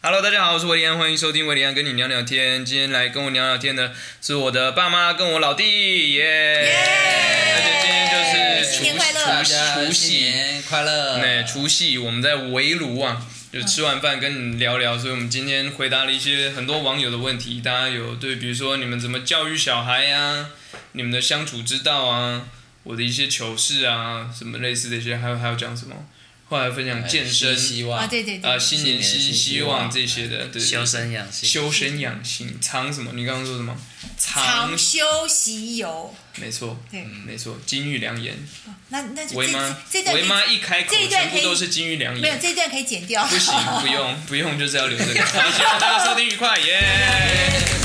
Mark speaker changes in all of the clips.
Speaker 1: Hello，大家好，我是维里安，欢迎收听维里安跟你聊聊天。今天来跟我聊聊天的是我的爸妈跟我老弟，耶、而且今天就是除
Speaker 2: 新年快乐
Speaker 1: 除除夕，
Speaker 3: 年快乐
Speaker 1: 那除夕我们在围炉啊，就吃完饭跟你聊聊，所以我们今天回答了一些很多网友的问题，大家有对，比如说你们怎么教育小孩呀、你们的相处之道啊，我的一些糗事啊，什么类似的一些，还有还有讲什么，后来分
Speaker 3: 哎
Speaker 1: 享健身
Speaker 3: 希
Speaker 2: 啊，
Speaker 3: 望
Speaker 2: 对对对，
Speaker 1: 啊、新年新
Speaker 3: 新年新
Speaker 1: 希
Speaker 3: 希望
Speaker 1: 望这些的，对对对
Speaker 4: 修身养性，
Speaker 1: 修身养性，藏什么？你刚刚说什么？藏
Speaker 2: 常，修习游。
Speaker 1: 没错，嗯
Speaker 2: 对，
Speaker 1: 没错，金玉良言。
Speaker 2: 那那就
Speaker 1: 维
Speaker 2: 这
Speaker 1: 妈，
Speaker 2: 这这
Speaker 1: 维
Speaker 2: 段
Speaker 1: 妈
Speaker 2: 可以
Speaker 1: 一开口
Speaker 2: 这一段
Speaker 1: 全部
Speaker 2: 可以
Speaker 1: 都是金玉良
Speaker 2: 没有
Speaker 1: 言，
Speaker 2: 这一段可以剪掉。
Speaker 1: 不 行，不用，不用，就是要留这个。好，希望大家收听愉快， 耶、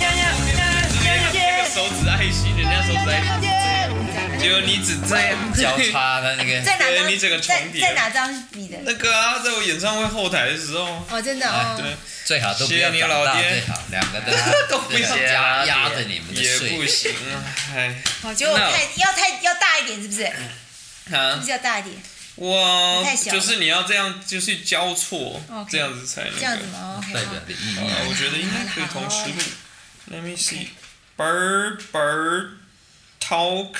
Speaker 1: 那个那个手指爱心，人家手指爱心， 结果你只这样
Speaker 3: 交 叉的那个
Speaker 2: 在哪
Speaker 1: 对
Speaker 2: 张？
Speaker 1: 你整个
Speaker 2: 在
Speaker 1: 重叠
Speaker 2: 在哪张笔的？
Speaker 1: 那个啊，在我演唱会后台的时候，
Speaker 2: 哦，真的
Speaker 1: 哎对
Speaker 2: 哦。，
Speaker 3: 哎最好都不
Speaker 1: 谢
Speaker 3: 要
Speaker 1: 谢你
Speaker 3: 长
Speaker 1: 老
Speaker 3: 大，
Speaker 1: 爹
Speaker 3: 最好两个都
Speaker 1: 都不要
Speaker 3: 啊这个压压着你们的
Speaker 1: 也不
Speaker 3: 睡。
Speaker 1: 行啊， 哎，
Speaker 2: 好，结果
Speaker 1: 那
Speaker 2: 太要太要大一点，是不是？是
Speaker 1: 啊
Speaker 2: 不，是要大一点？
Speaker 1: 哇
Speaker 2: 你太，小了
Speaker 1: 就是你要这样，就是交错
Speaker 2: OK
Speaker 1: 这样子才那个。
Speaker 2: 这样子吗？OK，哦
Speaker 3: 代
Speaker 2: 好
Speaker 3: 表的意
Speaker 1: 啊
Speaker 3: 义，
Speaker 1: 我觉得应该可以同时录。Let me see, bird bird talk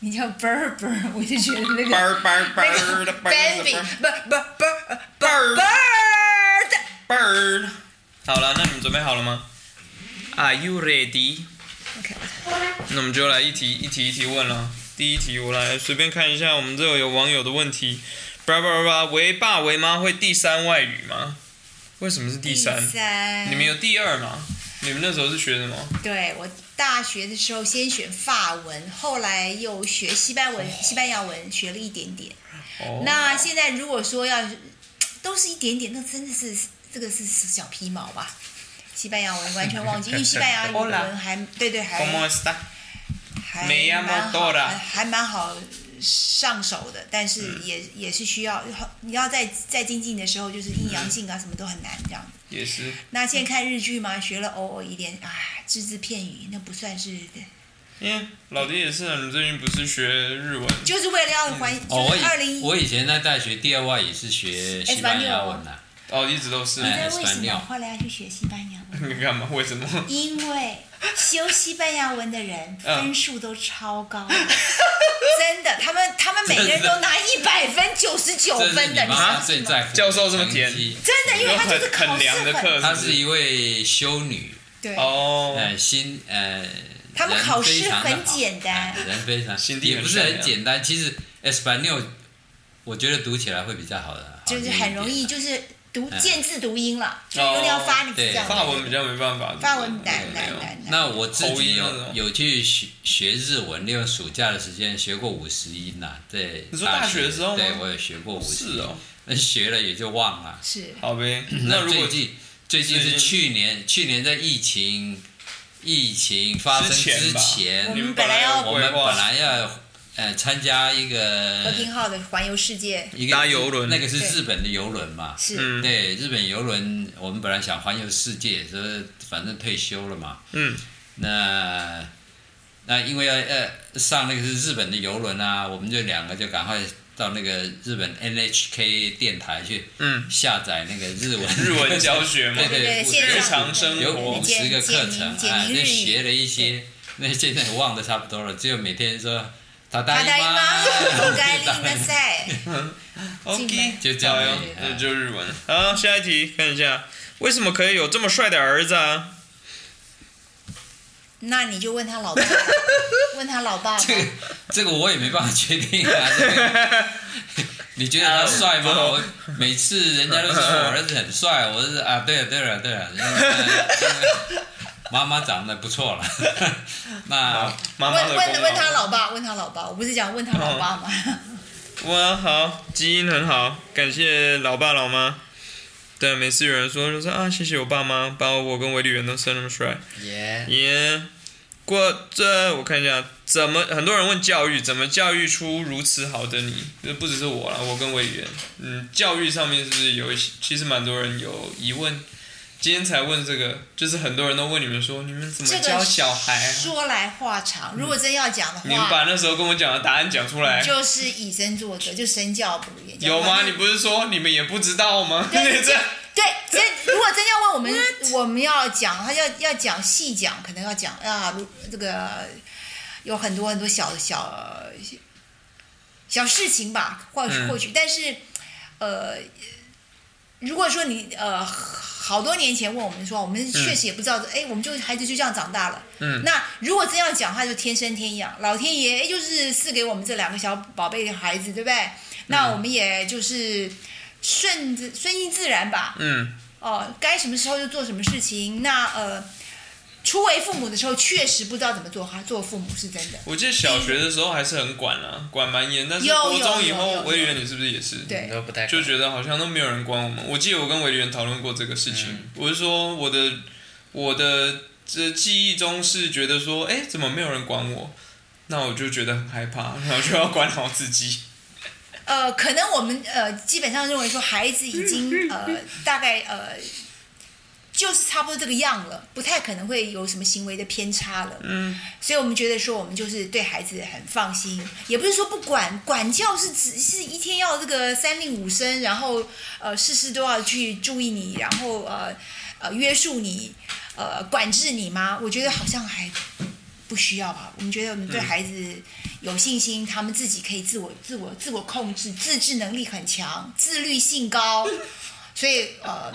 Speaker 2: 你叫 bird bird，我就觉得那个
Speaker 1: bird bird bird bird
Speaker 2: baby
Speaker 1: bird
Speaker 2: 不不不
Speaker 1: bird
Speaker 2: bird。
Speaker 1: bird。好了，那你们准备好了吗？Are you ready？
Speaker 2: OK，
Speaker 1: 那我们就来一题一题一题问了。第一题，我来随便看一下，我们这有网友的问题。叭叭叭，为爸为妈会第三外语吗？为什么是第三？
Speaker 2: 三
Speaker 1: 你们有第二吗？你们那时候是学什么？
Speaker 2: 对我大学的时候先选法文，后来又学西班文、西班牙文，学了一点点。
Speaker 1: 哦，
Speaker 2: 那现在如果说要都是一点点，那真的是这个是小皮毛吧？西班牙文完全忘 记，因为西班牙
Speaker 1: Hola
Speaker 2: 文还对对还
Speaker 1: ¿Cómo está？
Speaker 2: 还
Speaker 1: Me llamo
Speaker 2: 蛮好
Speaker 1: Dora 嗯
Speaker 2: 还还蛮好上手的，但是也、也是需要你要在在精进的时候，就是阴阳性啊什么都很难这样。
Speaker 1: 也是。
Speaker 2: 那现在看日剧嘛，学了偶尔一点啊，只字片语，那不算是
Speaker 1: 因为老爹也是啊，你最近不是学日文？
Speaker 2: 就是为了要
Speaker 1: 嗯
Speaker 2: 还，
Speaker 3: 哦，
Speaker 2: 就
Speaker 3: 我
Speaker 2: 是二零
Speaker 3: 以
Speaker 2: 一。
Speaker 3: 我以前在大学第二外语是学西班牙文啊啦，
Speaker 1: 哦，一直都是。
Speaker 2: 你知
Speaker 3: 哎
Speaker 2: 道为什
Speaker 3: español
Speaker 2: 么后来要去学西班牙文？
Speaker 1: 你干嘛？为什么？
Speaker 2: 因为修西班牙文的人
Speaker 1: 嗯
Speaker 2: 分数都超高，真的，他们他们每个人都拿一百分、九十九
Speaker 3: 这是
Speaker 2: 哦分
Speaker 3: 你
Speaker 2: 的，你
Speaker 3: 妈妈
Speaker 2: 知
Speaker 3: 最
Speaker 2: 道吗？
Speaker 3: 在乎的
Speaker 1: 教授这么甜
Speaker 3: 成绩
Speaker 2: 真的，因为
Speaker 1: 有
Speaker 2: 他就是
Speaker 1: 很
Speaker 2: 考
Speaker 1: 很
Speaker 2: 试
Speaker 1: 凉的课，
Speaker 2: 很
Speaker 3: 她是一位修女，
Speaker 2: 对，
Speaker 1: 哦，
Speaker 3: 呃，心呃，
Speaker 2: 他们
Speaker 3: 人
Speaker 2: 考
Speaker 3: 非
Speaker 2: 试
Speaker 3: 常地
Speaker 2: 很
Speaker 3: 好
Speaker 2: 简单
Speaker 3: 哎人非常
Speaker 1: 心地
Speaker 3: 也
Speaker 1: 很
Speaker 3: 不是
Speaker 1: 善
Speaker 3: 很
Speaker 1: 良
Speaker 3: 简单。其实 Espanol 我觉得读起来会比较好的，
Speaker 2: 就是
Speaker 3: 好念一
Speaker 2: 很
Speaker 3: 点啊
Speaker 2: 容易就是读
Speaker 3: 嗯
Speaker 2: 见字读音了，就
Speaker 1: 哦
Speaker 2: 有点要发你这
Speaker 3: 对
Speaker 2: 样
Speaker 1: 法文比较没办法。
Speaker 2: 发文
Speaker 1: 对
Speaker 2: 难
Speaker 1: 没
Speaker 2: 难
Speaker 1: 有
Speaker 2: 难难。
Speaker 3: 那我自
Speaker 1: 口音
Speaker 3: 己
Speaker 1: 那种
Speaker 3: 有有去学学日文，利用暑假的时间学过五十音呐。对，
Speaker 1: 你说大学
Speaker 3: 学
Speaker 1: 的时候吗
Speaker 3: 对我有学过五十
Speaker 1: 是
Speaker 3: 音，
Speaker 1: 哦，
Speaker 3: 那学了也就忘了。
Speaker 2: 是
Speaker 1: 好呗。那如果
Speaker 3: 嗯最近最近
Speaker 1: 最近
Speaker 3: 是去年，去年在疫情疫情发生
Speaker 1: 之前
Speaker 3: 之
Speaker 1: 吧
Speaker 2: 我
Speaker 1: 你
Speaker 3: 前，
Speaker 2: 们
Speaker 1: 们
Speaker 2: 本来要
Speaker 1: 有
Speaker 3: 我
Speaker 1: 规
Speaker 3: 们
Speaker 1: 划
Speaker 3: 本来要呃参加一
Speaker 2: 和
Speaker 3: 个
Speaker 2: 平号的环游世界
Speaker 3: 一
Speaker 1: 搭
Speaker 3: 个
Speaker 1: 邮轮
Speaker 3: 那个是
Speaker 2: 对
Speaker 3: 日本的游轮嘛。
Speaker 2: 是
Speaker 1: 嗯
Speaker 3: 对，日本游轮，我们本来想环游世界，说反正退休了嘛，
Speaker 1: 嗯，
Speaker 3: 那那因为要呃上那个是日本的游轮啊，我们就两个就赶快到那个日本 NHK 电台去，
Speaker 1: 嗯，
Speaker 3: 下载那个日文
Speaker 1: 日文教学嘛
Speaker 3: 对，对
Speaker 2: 对
Speaker 3: 我
Speaker 2: 线
Speaker 3: 日
Speaker 2: 上
Speaker 1: 常生
Speaker 3: 有
Speaker 1: 活
Speaker 3: 五十个课程
Speaker 2: 解
Speaker 3: 啊，
Speaker 2: 明日
Speaker 3: 就
Speaker 2: 语
Speaker 3: 学了一些， 那现在忘的差不多了，只有每天说塔达
Speaker 2: 他
Speaker 3: 伊
Speaker 2: 大姨 妈，我该
Speaker 3: 妈，
Speaker 2: 拎的赛，
Speaker 1: OK，
Speaker 3: 就这样
Speaker 1: 好呀
Speaker 3: 而已
Speaker 1: 那
Speaker 3: 啊
Speaker 1: 就日文。好，下一题看一下，为什么可以有这么帅的儿子啊？
Speaker 2: 那你就问他老爸，问他老爸吧。
Speaker 3: 这个这个我也没办法决定啊。这个你觉得他帅 吗？我每次人家都说我儿子很帅，我是啊，对了对了对了，因为因为妈妈长得不错了。 那
Speaker 1: 妈妈
Speaker 2: 问
Speaker 1: 的
Speaker 2: 问
Speaker 1: 功
Speaker 2: 问他
Speaker 1: 劳。
Speaker 2: 老爸，问他老爸，我不是讲问他老爸吗？
Speaker 1: 嗯 哇，好，基因很好，感谢老爸老妈。对，每次有人说就说啊，谢谢我爸妈把我跟维里元都生那么帅。
Speaker 3: 也
Speaker 1: 耶，过这我看一下，怎么很多人问教育，怎么教育出如此好的你？就不只是我啦，我跟委员，嗯，教育上面是不是有一些，其实蛮多人有疑问，今天才问这个，就是很多人都问你们说，你们怎么
Speaker 2: 这
Speaker 1: 教
Speaker 2: 个啊
Speaker 1: 小孩、嗯啊？
Speaker 2: 说来话长，如果真要讲的
Speaker 1: 你们把
Speaker 2: 话，
Speaker 1: 那时候跟我讲的答案讲出来，
Speaker 2: 就是以身作则，就身教不如言教。
Speaker 1: 有吗？
Speaker 2: 那
Speaker 1: 你不是说你们也不知道吗？
Speaker 2: 对
Speaker 1: 你这
Speaker 2: 对，真如果真要问我们，我们要讲，他要要讲细讲，可能要讲啊，如这个有很多很多小小小事情吧，或许
Speaker 1: 嗯
Speaker 2: 或许，但是呃，如果说你呃好多年前问我们说，我们确实也不知道，哎、我们就孩子就这样长大了。
Speaker 1: 嗯
Speaker 2: 那如果真要讲，他就天生天养，老天爷哎就是赐给我们这两个小宝贝的孩子，对不对？那
Speaker 1: 嗯
Speaker 2: 我们也就是顺着顺应自然吧，
Speaker 1: 嗯
Speaker 2: 哦，该什么时候就做什么事情。那呃，初为父母的时候，确实不知道怎么做，哈，做父母是真的。
Speaker 1: 我记得小学的时候还是很管啊，管蛮严，但是
Speaker 2: 有
Speaker 1: 国中
Speaker 2: 有
Speaker 1: 以
Speaker 2: 有
Speaker 1: 后，
Speaker 2: 有
Speaker 1: 维园你是不是也是？
Speaker 2: 对
Speaker 5: 都不太
Speaker 1: 就觉得好像都没有人管我们。我记得我跟维园讨论过这个事情，
Speaker 5: 嗯
Speaker 1: 我是说我的我的这记忆中是觉得说，哎，怎么没有人管我？那我就觉得很害怕， 然后就要管好自己。
Speaker 2: 呃，可能我们呃基本上认为说孩子已经呃大概呃就是差不多这个样了，不太可能会有什么行为的偏差了。
Speaker 1: 嗯，
Speaker 2: 所以我们觉得说我们就是对孩子很放心，也不是说不管管教是只是一天要这个三令五申，然后呃事事都要去注意你，然后呃呃约束你，呃管制你吗？我觉得好像还不需要吧。我们觉得我们对孩子有信心，他们自己可以自我、自我、自我控制，自制能力很强，自律性高，所以呃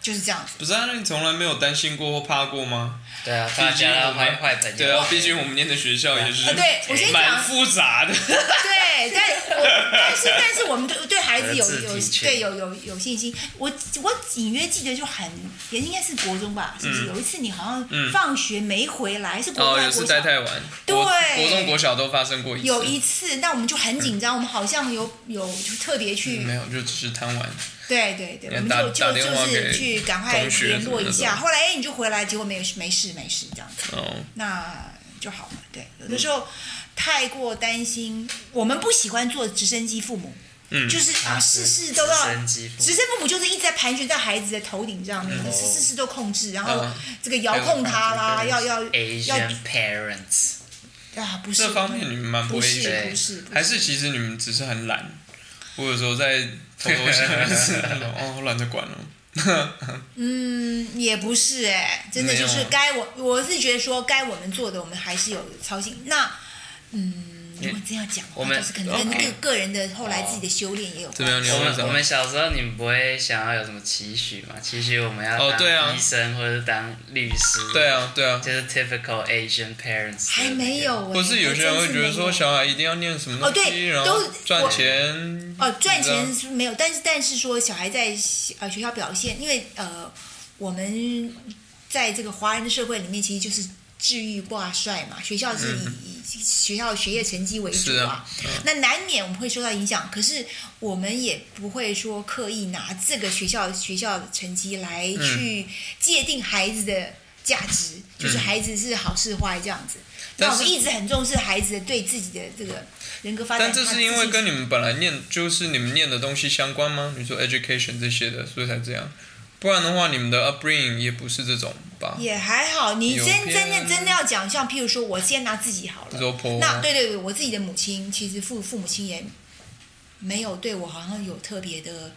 Speaker 2: 就是这样 子。
Speaker 1: 不是啊，那你从来没有担心过或怕过吗？
Speaker 5: 对啊，怕
Speaker 1: 毕竟
Speaker 5: 交
Speaker 1: 我
Speaker 5: 到
Speaker 1: 们
Speaker 5: 坏坏朋友。
Speaker 1: 对啊，毕竟我们念的学校也是
Speaker 2: 呃对我先讲
Speaker 1: 蛮复杂 的。
Speaker 2: 对，但我但是但是我们对对孩子有
Speaker 5: 儿子
Speaker 2: 有
Speaker 5: 提亲
Speaker 2: 对有有有信心。我我隐约记得就很也应该是国中吧，是不是？有一次你好
Speaker 1: 嗯
Speaker 2: 像放学没回来，是国中
Speaker 1: 哦，
Speaker 2: 还
Speaker 1: 有
Speaker 2: 是
Speaker 1: 是
Speaker 2: 国
Speaker 1: 待
Speaker 2: 小？
Speaker 1: 太晚，
Speaker 2: 对
Speaker 1: 国国中国小都发生过一次，
Speaker 2: 有一次，那我们就很紧张，我们好像有有就特别去
Speaker 1: 嗯没有就只是贪玩，
Speaker 2: 对对对，我们
Speaker 1: 打
Speaker 2: 就
Speaker 1: 打
Speaker 2: 就
Speaker 1: 电
Speaker 2: 就
Speaker 1: 话给
Speaker 2: 是去赶快
Speaker 1: 同学
Speaker 2: 联
Speaker 1: 什
Speaker 2: 络
Speaker 1: 么的
Speaker 2: 一
Speaker 1: 都
Speaker 2: 下。后来哎，你就回来，结果没有没事没事这样子，
Speaker 1: 哦，
Speaker 2: 那就好了。对，有
Speaker 1: 嗯
Speaker 2: 的时候太过担心，我们不喜欢做直升机父母，
Speaker 1: 嗯
Speaker 2: 就是啊，
Speaker 5: 啊
Speaker 2: 事
Speaker 5: 直
Speaker 2: 事都要
Speaker 5: 直升机父母
Speaker 2: 直升父母就是一直在盘旋在孩子的头顶上面，就是事事都控制，然后
Speaker 1: 哦嗯
Speaker 2: 这个遥控他 啦，要要要
Speaker 5: Asian parents，
Speaker 2: 啊，不是
Speaker 1: 这方面你们蛮会
Speaker 2: 不是
Speaker 1: 的，
Speaker 2: 不是不
Speaker 1: 还是其实你们只是很懒，我有时候 在偷偷想，就是那种 哦，我懒得管哦了，
Speaker 2: 嗯，也不是哎、真的
Speaker 1: 没有
Speaker 2: 就
Speaker 1: 啊
Speaker 2: 是该我，我是觉得说该我们做的，我们还是有操心。那，嗯，如果真要讲的
Speaker 5: 我
Speaker 2: 话，
Speaker 5: 们
Speaker 2: 就是可能
Speaker 1: 哦
Speaker 2: 跟
Speaker 5: ，OK
Speaker 2: 个个人的后来自己的修炼也有
Speaker 1: 怎么样
Speaker 2: 关
Speaker 1: 你
Speaker 2: 系。
Speaker 1: 有
Speaker 5: 我
Speaker 1: 没有
Speaker 5: 们
Speaker 1: 什
Speaker 5: 我
Speaker 1: 么
Speaker 5: 们小时候你们不会想要有什么期许嘛？期许我们要
Speaker 1: 哦对啊
Speaker 5: 当医生或者是当律师。
Speaker 1: 对啊，对啊，
Speaker 5: 就是 typical Asian parents。
Speaker 2: 还没。有哎、
Speaker 1: 或是有些人会觉得说
Speaker 2: 还真是没有
Speaker 1: 小孩一定要念什么
Speaker 2: 哦
Speaker 1: 东
Speaker 2: 对
Speaker 1: 西，
Speaker 2: 都
Speaker 1: 然后
Speaker 2: 我
Speaker 1: 赚钱，
Speaker 2: 哦，赚
Speaker 1: 你知
Speaker 2: 钱
Speaker 1: 道
Speaker 2: 是没有，但是但是说小孩在呃学校表现，因为呃我们在这个华人的社会里面，其实就是治愈挂帅嘛，学校是以、以学校学业成绩为主
Speaker 1: 嗯是啊
Speaker 2: 啊，那难免我们会受到影响，可是我们也不会说刻意拿这个学校学校的成绩来去界定孩子的价值，就是孩子是好是坏这样子。那
Speaker 1: 嗯但
Speaker 2: 我
Speaker 1: 是
Speaker 2: 们一直很重视孩子的对自己的这个人格发展，
Speaker 1: 但这
Speaker 2: 他
Speaker 1: 是
Speaker 2: 自
Speaker 1: 因为
Speaker 2: 信
Speaker 1: 跟你们本来念就是你们念的东西相关吗？你说 education 这些的，所以才这样。不然的话，你们的 upbringing 也不是这种吧？
Speaker 2: 也还好，你
Speaker 1: 有
Speaker 2: 真
Speaker 1: 偏
Speaker 2: 真的真的要讲，像譬如说，我先拿自己好了。
Speaker 1: 柔婆
Speaker 2: 那对对对，我自己的母亲，其实父父母亲也没有对我好像有特别的，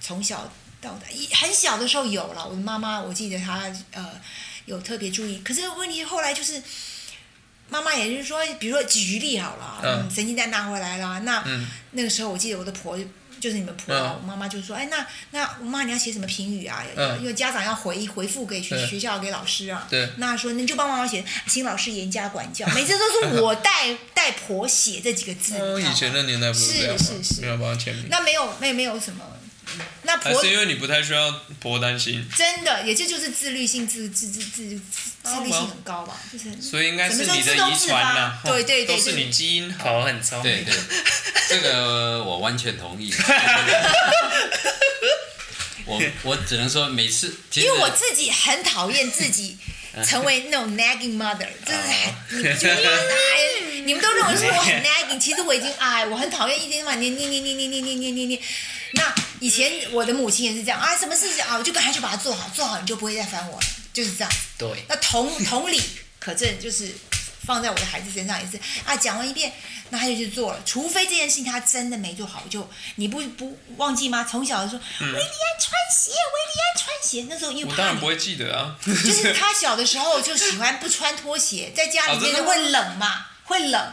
Speaker 2: 从小到大，一很小的时候有了。我的妈妈，我记得她呃有特别注意，可是问题后来就是。妈妈也就是说，比如说举例好了，
Speaker 1: 嗯
Speaker 2: 神经蛋拿回来了，那、
Speaker 1: 嗯
Speaker 2: 那个时候我记得我的婆就是你们婆，
Speaker 1: 嗯
Speaker 2: 我妈妈就说，哎，那那我妈你要写什么评语啊？
Speaker 1: 嗯
Speaker 2: 因为家长要回回复给学
Speaker 1: 对
Speaker 2: 学校给老师啊，
Speaker 1: 对
Speaker 2: 那说你就帮妈妈写，请老师严加管教。每次都是我带带婆写这几个字，
Speaker 1: 哦，
Speaker 2: 你知道
Speaker 1: 以前
Speaker 2: 吗
Speaker 1: 的年代不这样吗？
Speaker 2: 是是是
Speaker 1: 没有帮他签名，
Speaker 2: 那没有没有没有什么，那
Speaker 1: 还
Speaker 2: 婆
Speaker 1: 哎是因为你不太需要婆担心，
Speaker 2: 真的也就就是自律性自自自自自自
Speaker 1: 哦
Speaker 2: 律性很高吧，就是很
Speaker 1: 所以应该是
Speaker 2: 什么
Speaker 1: 你
Speaker 2: 时
Speaker 1: 的
Speaker 2: 候自动
Speaker 1: 遗
Speaker 2: 自
Speaker 1: 传
Speaker 2: 发
Speaker 1: 呐、
Speaker 2: 对对对
Speaker 1: 都是
Speaker 2: 对
Speaker 1: 你基因好。
Speaker 5: 口很聪
Speaker 3: 对
Speaker 5: 明
Speaker 3: 对。，这个我完全同 意。我我只能说，每次其
Speaker 2: 因
Speaker 3: 实
Speaker 2: 为我自己很 讨厌自己成为那种 nagging mother，就是
Speaker 5: 哦
Speaker 2: 你就因为哎你们都认为说我很 nagging，其实我已经哎，我很讨厌一天到晚念念念念念念念念念念。那以前我的母亲也是这样啊，什么事情啊，我就赶快去把它做好，做好你就不会再烦我了，就是这样子。
Speaker 6: 对，
Speaker 2: 那同同理可证，就是放在我的孩子身上也是啊，讲完一遍，那他就去做了。除非这件事情他真的没做好，我就你不不忘记吗？从小就说、维里安穿鞋，维里安穿鞋，那时候因为
Speaker 1: 嗯我
Speaker 2: 怕
Speaker 1: 当然
Speaker 2: 你
Speaker 1: 不会记得啊，
Speaker 2: 就是他小的时候就喜欢不穿 拖鞋，在家里
Speaker 1: 哦真
Speaker 2: 面
Speaker 1: 的
Speaker 2: 就
Speaker 1: 吗哎
Speaker 2: 会冷嘛，会冷。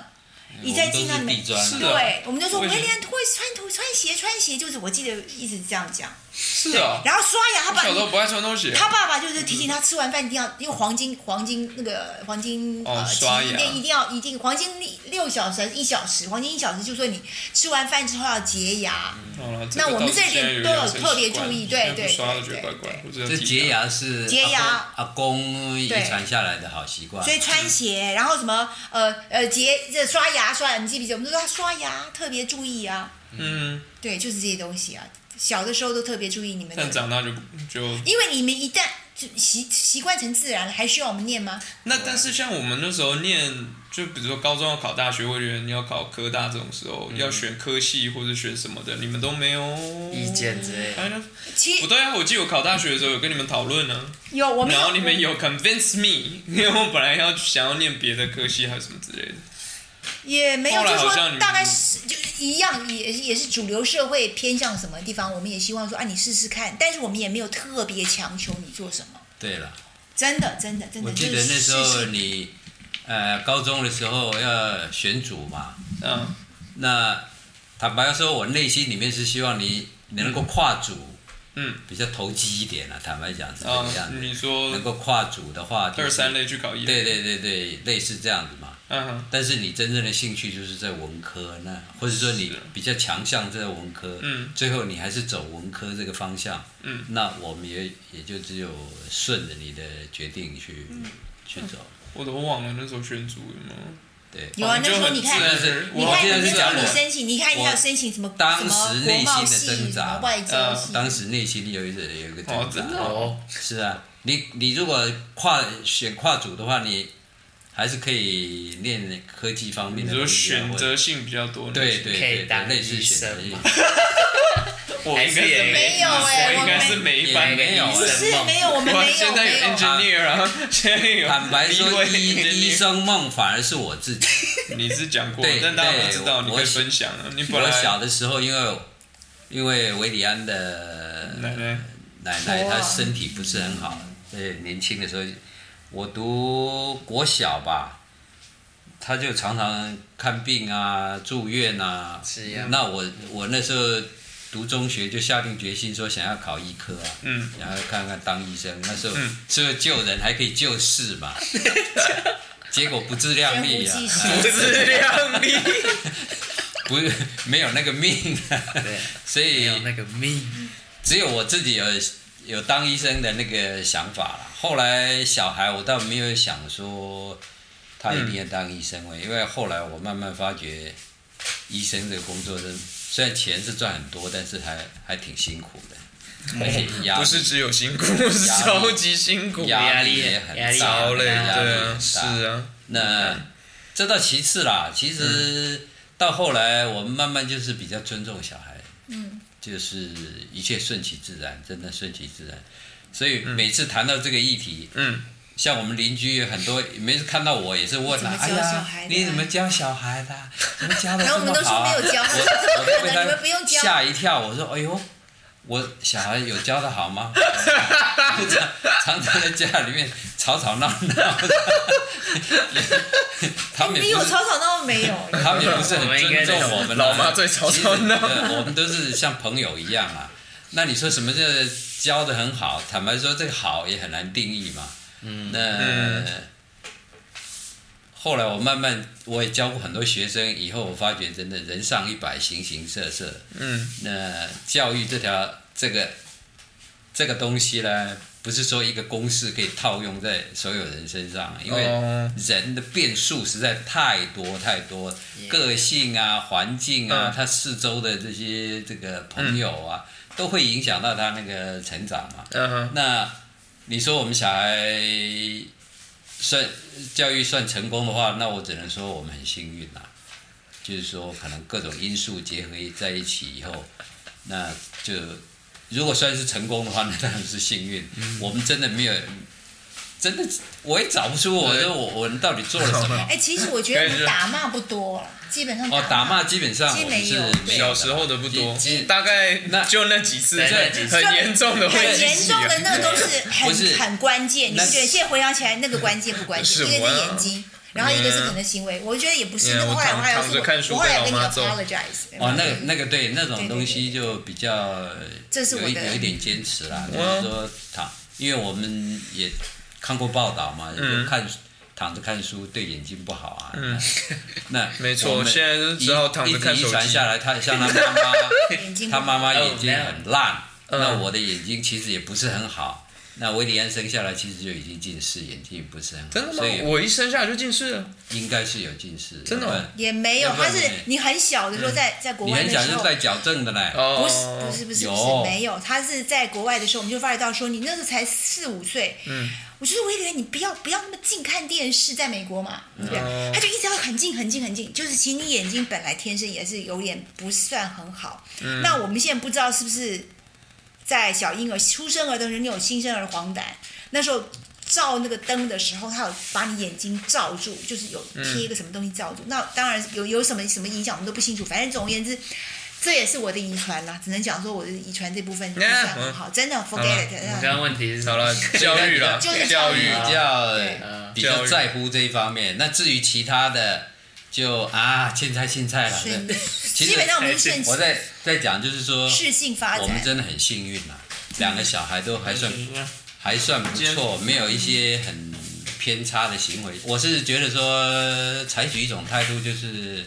Speaker 2: 一再进到
Speaker 3: 我们都是
Speaker 2: 美
Speaker 3: 地，砖
Speaker 1: 是啊
Speaker 2: 对，我们就说
Speaker 1: 我
Speaker 2: 维
Speaker 1: 也觉得
Speaker 2: 连拖穿拖穿鞋穿鞋，就是我记得一直这样讲。
Speaker 1: 是啊，
Speaker 2: 然后刷牙，他
Speaker 1: 我小时候
Speaker 2: 爸
Speaker 1: 不爱穿拖鞋，
Speaker 2: 他爸爸就是提醒他吃完饭一定要用黄金黄金那个黄金
Speaker 1: 哦
Speaker 2: 呃
Speaker 1: 刷
Speaker 2: 期一
Speaker 1: 牙
Speaker 2: 定一定要一定黄金六六小时还是一小时，黄金一小时就说你吃完饭之后要洁牙。
Speaker 1: 好了，
Speaker 2: 那我
Speaker 1: 倒
Speaker 2: 们
Speaker 1: 是
Speaker 2: 这
Speaker 1: 现在
Speaker 2: 点
Speaker 1: 有
Speaker 2: 都有
Speaker 1: 养成
Speaker 2: 特别
Speaker 1: 习惯
Speaker 2: 注意
Speaker 1: 现在
Speaker 2: 对对
Speaker 1: 不刷
Speaker 2: 对
Speaker 1: 都觉得
Speaker 2: 对
Speaker 1: 怪怪，我只有
Speaker 3: 这
Speaker 1: 剃
Speaker 3: 洁
Speaker 1: 掉
Speaker 3: 牙是
Speaker 2: 洁牙
Speaker 3: 阿公阿公遗传下来的好习惯
Speaker 2: 所。以穿鞋，然后什么呃呃洁这刷牙刷牙，你记不记得？我们都说他刷牙特别注意啊，
Speaker 1: 嗯，
Speaker 2: 对，就是这些东西啊。小的时候都特别注意你们的，
Speaker 1: 但长大就不就
Speaker 2: 因为你们一旦就习习惯成自然了，还需要我们念吗？
Speaker 1: 那但是像我们那时候念，就比如说高中要考大学，我觉得你要考科大这种时候，
Speaker 6: 嗯
Speaker 1: 要选科系或者选什么的，你们都没有
Speaker 6: 意见之类的。
Speaker 1: 哎呀
Speaker 2: 其
Speaker 1: 不
Speaker 2: 实
Speaker 1: 对啊！我记得我考大学的时候有跟你们讨论呢，
Speaker 2: 有我们
Speaker 1: 然后
Speaker 2: 有
Speaker 1: 你们有 convince me，因为我本来要想要念别的科系还是什么之类的。
Speaker 2: 也没有，
Speaker 1: 后来
Speaker 2: 就
Speaker 1: 好像你
Speaker 2: 说
Speaker 1: 们
Speaker 2: 大概是就是一样，也也是主流社会偏向什么地方，我们也希望说啊，你试试看，但是我们也没有特别强求你做什么，
Speaker 3: 对了，
Speaker 2: 真的真的真的。
Speaker 3: 我记得
Speaker 2: 就是
Speaker 3: 那时候
Speaker 2: 试试
Speaker 3: 你呃高中的时候要选组嘛，
Speaker 1: 嗯，
Speaker 3: 那坦白说，我内心里面是希望你能够跨组，
Speaker 1: 嗯，
Speaker 3: 比较投机一点啊。坦白讲是这
Speaker 1: 啊
Speaker 3: 个样，子，
Speaker 1: 你说
Speaker 3: 能够跨组的话、就是，
Speaker 1: 二三，类去考一，
Speaker 3: 对，对对对，类似这样子嘛。
Speaker 1: 嗯哼，
Speaker 3: 但是你真正的兴趣就是在文科那，或者说你
Speaker 1: 是
Speaker 3: 比较强项在文科，
Speaker 1: 嗯，
Speaker 3: 最后你还是走文科这个方向，
Speaker 1: 嗯，
Speaker 3: 那我们也也就只有顺着你的决定去、
Speaker 1: 嗯
Speaker 3: 去走。
Speaker 1: 我都忘了那时候选组有没有。
Speaker 3: 对，
Speaker 2: 有啊，
Speaker 1: 我
Speaker 2: 那
Speaker 1: 就
Speaker 2: 时候
Speaker 1: 很
Speaker 2: 你看
Speaker 1: 自，然地
Speaker 2: 你
Speaker 1: 我
Speaker 2: 看
Speaker 3: 记得
Speaker 2: 你
Speaker 3: 是
Speaker 2: 那时
Speaker 3: 讲
Speaker 2: 候你
Speaker 3: 我
Speaker 2: 申请，你看你还有
Speaker 3: 我
Speaker 2: 申请什么
Speaker 3: 当
Speaker 2: 什么
Speaker 3: 时
Speaker 2: 国
Speaker 3: 内
Speaker 2: 贸
Speaker 3: 心的
Speaker 2: 系、
Speaker 3: 挣
Speaker 2: 什
Speaker 3: 扎
Speaker 2: 么外交
Speaker 1: 呃
Speaker 2: 系，
Speaker 3: 当时内心有一个有一个
Speaker 1: 哦
Speaker 3: 挣，扎，
Speaker 1: 真的哦，
Speaker 6: 哦，
Speaker 3: 是啊，你你如果跨选跨组的话，你还是可以练科技方面
Speaker 1: 你
Speaker 3: 的
Speaker 1: 说
Speaker 3: 东西啊，
Speaker 1: 选
Speaker 3: 或者
Speaker 1: 择性比较多，
Speaker 3: 对对
Speaker 6: 可以
Speaker 3: 对对，
Speaker 6: 当
Speaker 3: 类似
Speaker 6: 医
Speaker 3: 选择
Speaker 6: 生
Speaker 3: 性
Speaker 6: 嘛，
Speaker 1: 我
Speaker 6: 还
Speaker 1: 应
Speaker 6: 是
Speaker 1: 该是
Speaker 6: 也
Speaker 1: 没
Speaker 2: 没有
Speaker 1: 我
Speaker 2: 哎我
Speaker 1: 应该是
Speaker 2: 们
Speaker 1: 每一班
Speaker 3: 也没有
Speaker 1: 医
Speaker 2: 不
Speaker 1: 生
Speaker 2: 是
Speaker 6: 什么
Speaker 2: 没有，我们
Speaker 1: 哇
Speaker 2: 没有
Speaker 1: 现在
Speaker 2: 没有。
Speaker 1: engineer 啊，现在有
Speaker 3: 坦 白说，
Speaker 1: 立
Speaker 3: 医
Speaker 1: 位 engineer
Speaker 3: 医生梦反而是我自己。
Speaker 1: 你是讲过
Speaker 3: 对，
Speaker 1: 但大家不知道，
Speaker 3: 对
Speaker 1: 你
Speaker 3: 我
Speaker 1: 可以分享啊。你 本
Speaker 3: 我
Speaker 1: 来
Speaker 3: 小的时候，因为因为维里安的
Speaker 1: 奶 奶
Speaker 3: 奶奶
Speaker 6: 啊
Speaker 2: 哇
Speaker 3: 她身体不是很好，对，年轻的时候，我读国小吧，她就常常看病啊、住院啊。
Speaker 6: 是呀
Speaker 3: 那我我那时候读中学就下定决心说想要考医科啊。
Speaker 1: 嗯，
Speaker 3: 然后看看当医生，那时候
Speaker 1: 嗯
Speaker 3: 除了救人还可以救世 嘛，结果不自量力啊
Speaker 2: 真无济，事
Speaker 3: 哎
Speaker 1: 质量力，
Speaker 3: 不是没有那个命、啊，
Speaker 6: 对，
Speaker 3: 所
Speaker 6: 没有
Speaker 3: 以
Speaker 6: 那个命，
Speaker 3: 只有我自己有有当医生的那个想法了。后来小孩我倒没有想说他一定要当医生、因为后来我慢慢发觉，医生这个工作是虽然钱是赚很多，但是还还挺辛苦的，而且压
Speaker 1: 哦
Speaker 3: 力
Speaker 1: 不是只有辛苦，是超级辛苦，
Speaker 3: 压力也很
Speaker 6: 压力
Speaker 3: 大，
Speaker 1: 超累，
Speaker 3: 压力
Speaker 1: 对
Speaker 3: 很
Speaker 1: 啊，
Speaker 3: 大
Speaker 1: 是啊，
Speaker 3: 那这倒其次啦，其实到后来我们慢慢就是比较尊重小孩，
Speaker 2: 嗯，
Speaker 3: 就是一切顺其自然，真的顺其自然。所以每次谈到这个议题，
Speaker 1: 嗯，
Speaker 3: 像我们邻居有很多，每次看到我也是问啊，哎
Speaker 2: 你怎么教
Speaker 3: 呀
Speaker 2: 小孩，的啊
Speaker 3: 你怎么教小孩的啊？怎么教的
Speaker 2: 然后
Speaker 3: 这
Speaker 2: 我们
Speaker 3: 么
Speaker 2: 都
Speaker 3: 好
Speaker 2: 说没
Speaker 3: 啊？
Speaker 2: 有教，
Speaker 3: 我
Speaker 2: 怎
Speaker 3: 我
Speaker 2: 么
Speaker 3: 都
Speaker 2: 可
Speaker 3: 被
Speaker 2: 能？你们不用
Speaker 3: 他
Speaker 2: 教。
Speaker 3: 吓一跳，我说哎呦，我小孩有教的好吗？常常在家里面吵吵闹闹的，他们
Speaker 2: 你哎
Speaker 3: 也
Speaker 2: 有
Speaker 3: 不是
Speaker 2: 吵吵闹闹没有？
Speaker 3: 他们也不是很尊重我们啊，
Speaker 1: 老妈最吵吵闹
Speaker 3: 其实呃我们都是像朋友一样啊。那你说什么叫教的很好？坦白说，这个好也很难定义嘛。嗯，那、
Speaker 1: 嗯
Speaker 3: 后来我慢慢我也教过很多学生，以后我发觉真的人上一百，形形色色。
Speaker 1: 嗯，
Speaker 3: 那教育这条这个这个东西呢，不是说一个公式可以套用在所有人身上，啊因为
Speaker 1: 哦
Speaker 3: 人的变数实在太多太多，个性啊、环境啊
Speaker 1: 嗯、
Speaker 3: 他四周的这些这个朋友啊，都会影响到他
Speaker 1: 啊
Speaker 3: 那个成长嘛。
Speaker 1: 嗯哼，
Speaker 3: 那你说我们小孩算教育算成功的话，那我只能说我们很幸运啦、就是说，可能各种因素结合在一起以后，那就如果算是成功的话，那当然是幸运。
Speaker 1: 嗯
Speaker 3: 我们真的没有，真的我也找不出我
Speaker 1: 对
Speaker 3: 说我我们到底做了 什么。
Speaker 2: 哎，其实我觉得
Speaker 1: 感
Speaker 2: 你
Speaker 1: 觉
Speaker 2: 打骂不多了，啊基本上
Speaker 3: 哦，打骂基本上
Speaker 2: 基
Speaker 3: 我
Speaker 2: 本
Speaker 3: 们是
Speaker 2: 有
Speaker 3: 没有
Speaker 1: 小时候的不多
Speaker 3: 其实，
Speaker 1: 大概
Speaker 3: 那
Speaker 1: 就那几次，
Speaker 5: 对那
Speaker 1: 很
Speaker 5: 几次
Speaker 1: 很严重的会
Speaker 2: 很严
Speaker 1: 记起
Speaker 2: 重的
Speaker 1: 来。
Speaker 2: 那个都是
Speaker 3: 不是
Speaker 2: 很很关键，你
Speaker 3: 那
Speaker 2: 不觉得？现在回想起来，那个关键不关
Speaker 1: 是
Speaker 2: 键，一
Speaker 1: 我
Speaker 2: 个
Speaker 1: 啊
Speaker 2: 是眼睛，然后一
Speaker 3: 嗯
Speaker 2: 个是可能行为，我觉得也不
Speaker 1: 嗯
Speaker 2: 是。那个
Speaker 1: 我
Speaker 2: 后来
Speaker 1: 躺
Speaker 2: 我还有
Speaker 1: 躺着看书
Speaker 2: 我后来跟你
Speaker 1: 被老妈揍
Speaker 2: apologize。
Speaker 3: 哦，那个那个对那
Speaker 2: 对对
Speaker 3: 种东西就比较
Speaker 2: 这是我
Speaker 3: 有一
Speaker 2: 的
Speaker 3: 有一点坚持啦，就
Speaker 1: 哇
Speaker 3: 是说躺，因为我们也看过报道嘛，
Speaker 1: 嗯
Speaker 3: 就看躺着看书对眼睛不好啊。嗯， 那
Speaker 1: 没错
Speaker 3: 我们
Speaker 1: 现在就只好躺着看手机
Speaker 3: 一一传下 来，他像他妈妈
Speaker 2: 眼睛，不
Speaker 3: 他
Speaker 2: 好
Speaker 3: 妈妈眼睛很烂，
Speaker 1: 嗯
Speaker 3: 那我的眼睛其实也不是很好。那威廉安生下来其实就已经近视，眼睛也不是很好，
Speaker 1: 真的
Speaker 3: 所以
Speaker 1: 吗？我一生下来就近视了，
Speaker 3: 应该是有近视。
Speaker 1: 真的
Speaker 3: 要不
Speaker 1: 哦
Speaker 3: 然
Speaker 2: 也没有，
Speaker 3: 要不
Speaker 2: 他
Speaker 3: 然
Speaker 2: 是
Speaker 3: 你嗯
Speaker 2: 你很小的时候在在国
Speaker 3: 你
Speaker 2: 外
Speaker 3: 很
Speaker 2: 的
Speaker 3: 小
Speaker 2: 时
Speaker 3: 就
Speaker 2: 候，
Speaker 3: 带矫正的嘞。
Speaker 1: 哦，
Speaker 2: 不是不是不是不是
Speaker 3: 有
Speaker 2: 没有，他是在国外的时候，我们就发觉到说，你那时候才四五岁，嗯，我就说我以为你不要不要那么近看电视，在美国嘛，对不对？他就一直要很近很近很近，就是其实你眼睛本来天生也是有点不算很好，那我们现在不知道是不是在小婴儿出生儿的时候，你有新生儿黄疸，那时候。照那个灯的时候，他有把你眼睛罩住，就是有贴一个什么东西罩住。那当然有有什么什么影响，我们都不清楚。反正总而言之，这也是我的遗传啦，只能讲说我的遗传这部分不算很好，真的 forget 嗯
Speaker 5: 我们
Speaker 2: it
Speaker 5: 刚。刚问题是
Speaker 1: 好了，教育 了，
Speaker 2: 就是
Speaker 1: 教
Speaker 2: 教
Speaker 1: 育
Speaker 2: 育，
Speaker 3: 比
Speaker 5: 嗯
Speaker 3: 较呃比
Speaker 1: 教
Speaker 3: 较
Speaker 1: 育
Speaker 3: 在乎这一方面。那至于其他的，就啊，青菜青菜了。
Speaker 2: 是
Speaker 3: 对其
Speaker 2: 基
Speaker 3: 实
Speaker 2: 本上我们是
Speaker 3: 我
Speaker 2: 顺
Speaker 3: 在在讲，就是说，
Speaker 2: 适性发
Speaker 3: 我们
Speaker 2: 展，
Speaker 3: 真的很幸运啦，两个小孩都还算
Speaker 6: 嗯
Speaker 3: 还算不
Speaker 1: 今
Speaker 3: 错，没有一些很偏差的行为。我是觉得说，采取一种态度，就是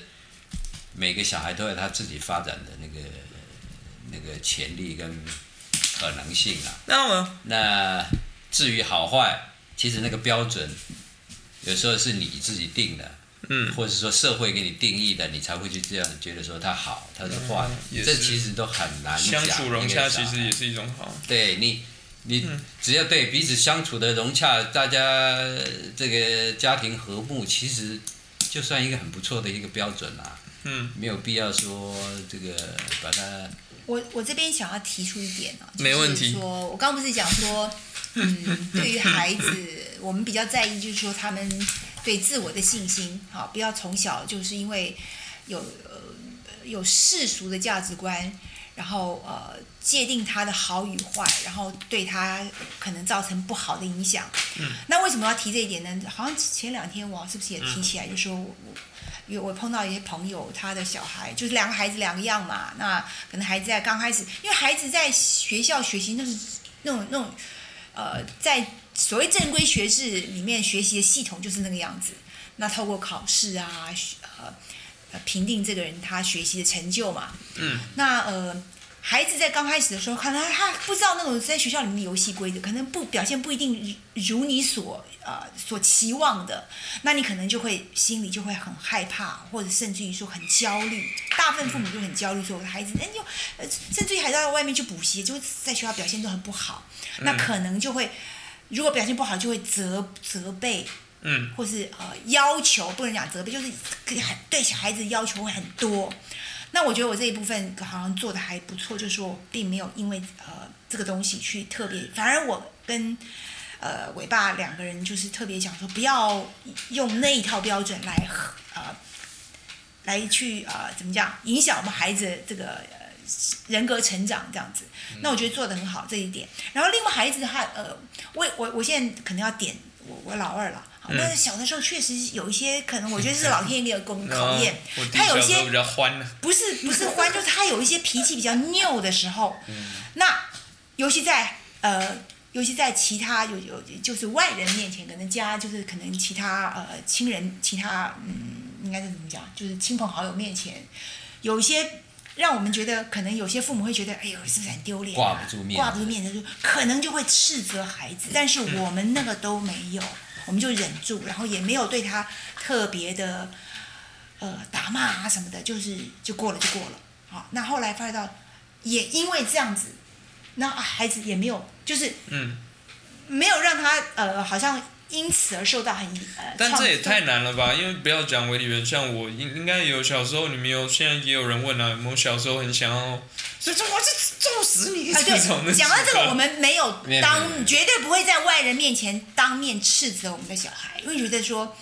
Speaker 3: 每个小孩都有他自己发展的那个那个潜力跟可能性啊。
Speaker 1: 那么
Speaker 3: 那至于好坏，其实那个标准有时候是你自己定的，
Speaker 1: 嗯，
Speaker 3: 或者说社会给你定义的，你才会去这样觉得说他好，他是坏，
Speaker 1: 嗯也是
Speaker 3: 这其实都很难讲。
Speaker 1: 相处融
Speaker 3: 那
Speaker 1: 洽
Speaker 3: 个啥啊
Speaker 1: 其实也嗯是一种好，
Speaker 3: 对你，你只要对彼此相处的融洽，大家呃这个家庭和睦，其实就算一个很不错的一个标准啦、
Speaker 1: 嗯，
Speaker 3: 没有必要说这个把它
Speaker 2: 我我这边想要提出一点啊，
Speaker 1: 没问题
Speaker 2: 就是说我刚刚不是讲说， 嗯，对于孩子，我们比较在意就是说他们对自我的信心，好，不要从小就是因为有呃有世俗的价值观，然后呃界定他的好与坏，然后对他可能造成不好的影响。嗯，那为什么要提这一点呢？好像前两天我是不是也
Speaker 1: 嗯
Speaker 2: 提起来，就说我。我因为我碰到一些朋友，他的小孩就是两个孩子两个样嘛，那可能孩子在刚开始，因为孩子在学校学习那是那种那种呃，在所谓正规学制里面学习的系统就是那个样子。那透过考试啊，学呃呃评定这个人他学习的成就嘛。嗯。那呃，孩子在刚开始的时候，可能他不知道那种在学校里面的游戏规则，可能不表现不一定如你所呃所期望的，那你可能就会心里就会很害怕，或者甚至于说很焦虑。大部分父母就很焦虑，说我的孩子，哎，你就呃，甚至于还到外面去补习，就在学校表现都很不好，那可能就会。如果表现不好，就会责责备，
Speaker 1: 嗯，
Speaker 2: 或是呃要求，不能讲责备，就是给孩对小孩子要求会很多。那我觉得我这一部分好像做的还不错，就是说我并没有因为呃这个东西去特别，反而我跟呃伟爸两个人就是特别讲说，不要用那一套标准来呃来去呃怎么讲影响我们孩子这个呃人格成长这样子。
Speaker 1: 嗯
Speaker 2: 那我觉得做的很好这一点。然后另外孩子他呃，我我我现在可能要点我我老二了。
Speaker 1: 嗯
Speaker 2: 好但是小的时候确实有一些可能，我觉得是老天爷给我们 考验
Speaker 1: 然后嗯啊我。弟
Speaker 2: 他有
Speaker 1: 小
Speaker 2: 一
Speaker 1: 时
Speaker 2: 些
Speaker 1: 候比较欢呢，
Speaker 2: 不是不是欢，就是他有一些脾气比较拗的时候。那尤其在呃，尤其在其他有有就是外人面前，可能家就是可能其他呃亲人、其他嗯，应该是怎么讲，就是亲朋好友面前，有一些让我们觉得可能有些父母会觉得，哎呦，是不是很丢脸、啊？
Speaker 3: 挂不住面子
Speaker 2: 挂不住面子，就可能就会斥责孩子，但是我们那个都没有。我们就忍住，然后也没有对他特别的呃打骂啊什么的，就是就过了就过了。好，那后来发现到，也因为这样子，那、啊孩子也没有就是
Speaker 1: 嗯
Speaker 2: 没有让他呃好像因此而受到很呃，
Speaker 1: 但
Speaker 2: 创
Speaker 1: 这也太难了吧？因为不要讲维里人，像我应应该有小时候，你们有现在也有人问啊，有没有小时候很想要，所以说我是揍死 你
Speaker 2: 啊，
Speaker 1: 这种的
Speaker 2: 对，讲到这个，
Speaker 1: 情况
Speaker 2: 我们没有
Speaker 3: 没有没有没有
Speaker 2: 当绝对不会在外人面前当面斥责我们的小孩，因为觉得说，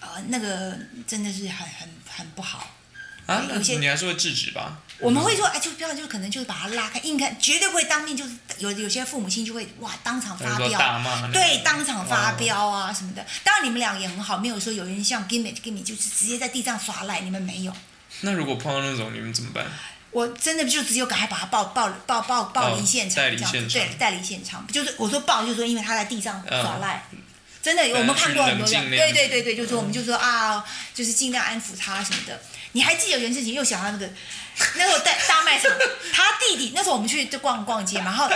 Speaker 2: 呃，那个真的是很很很不好。
Speaker 3: 嗯
Speaker 1: 啊，那
Speaker 2: 有些
Speaker 1: 你还是会制止吧？
Speaker 2: 我们会说，哎，就不要，就可能就是把他拉开，硬看，绝对不会当面，就是有有些父母亲就会哇，当场发
Speaker 1: 还是说
Speaker 2: 飙，
Speaker 1: 大骂那种
Speaker 2: 对，当场发
Speaker 1: 哦
Speaker 2: 飙啊什么的。当然你们俩也很好，没有说有人像 give me give me 就是直接在地上耍赖，你们没有。
Speaker 1: 那如果碰到那种，你们怎么办？
Speaker 2: 我真的就只有赶快把他抱抱抱抱抱离现场，
Speaker 1: 哦带
Speaker 2: 这
Speaker 1: 离
Speaker 2: 样子
Speaker 1: 现场
Speaker 2: 对，带离现场。就是我说抱，就是说因为他在地上
Speaker 1: 嗯
Speaker 2: 耍赖，真的我们看过很多
Speaker 1: 去冷静
Speaker 2: 人，
Speaker 1: 那样
Speaker 2: 对对对对，就说我们就说啊，就是尽量安抚他什么的。你还记得有件事情，又想到那个，那时候在大卖场，他弟弟那时候我们去就逛逛街嘛，然后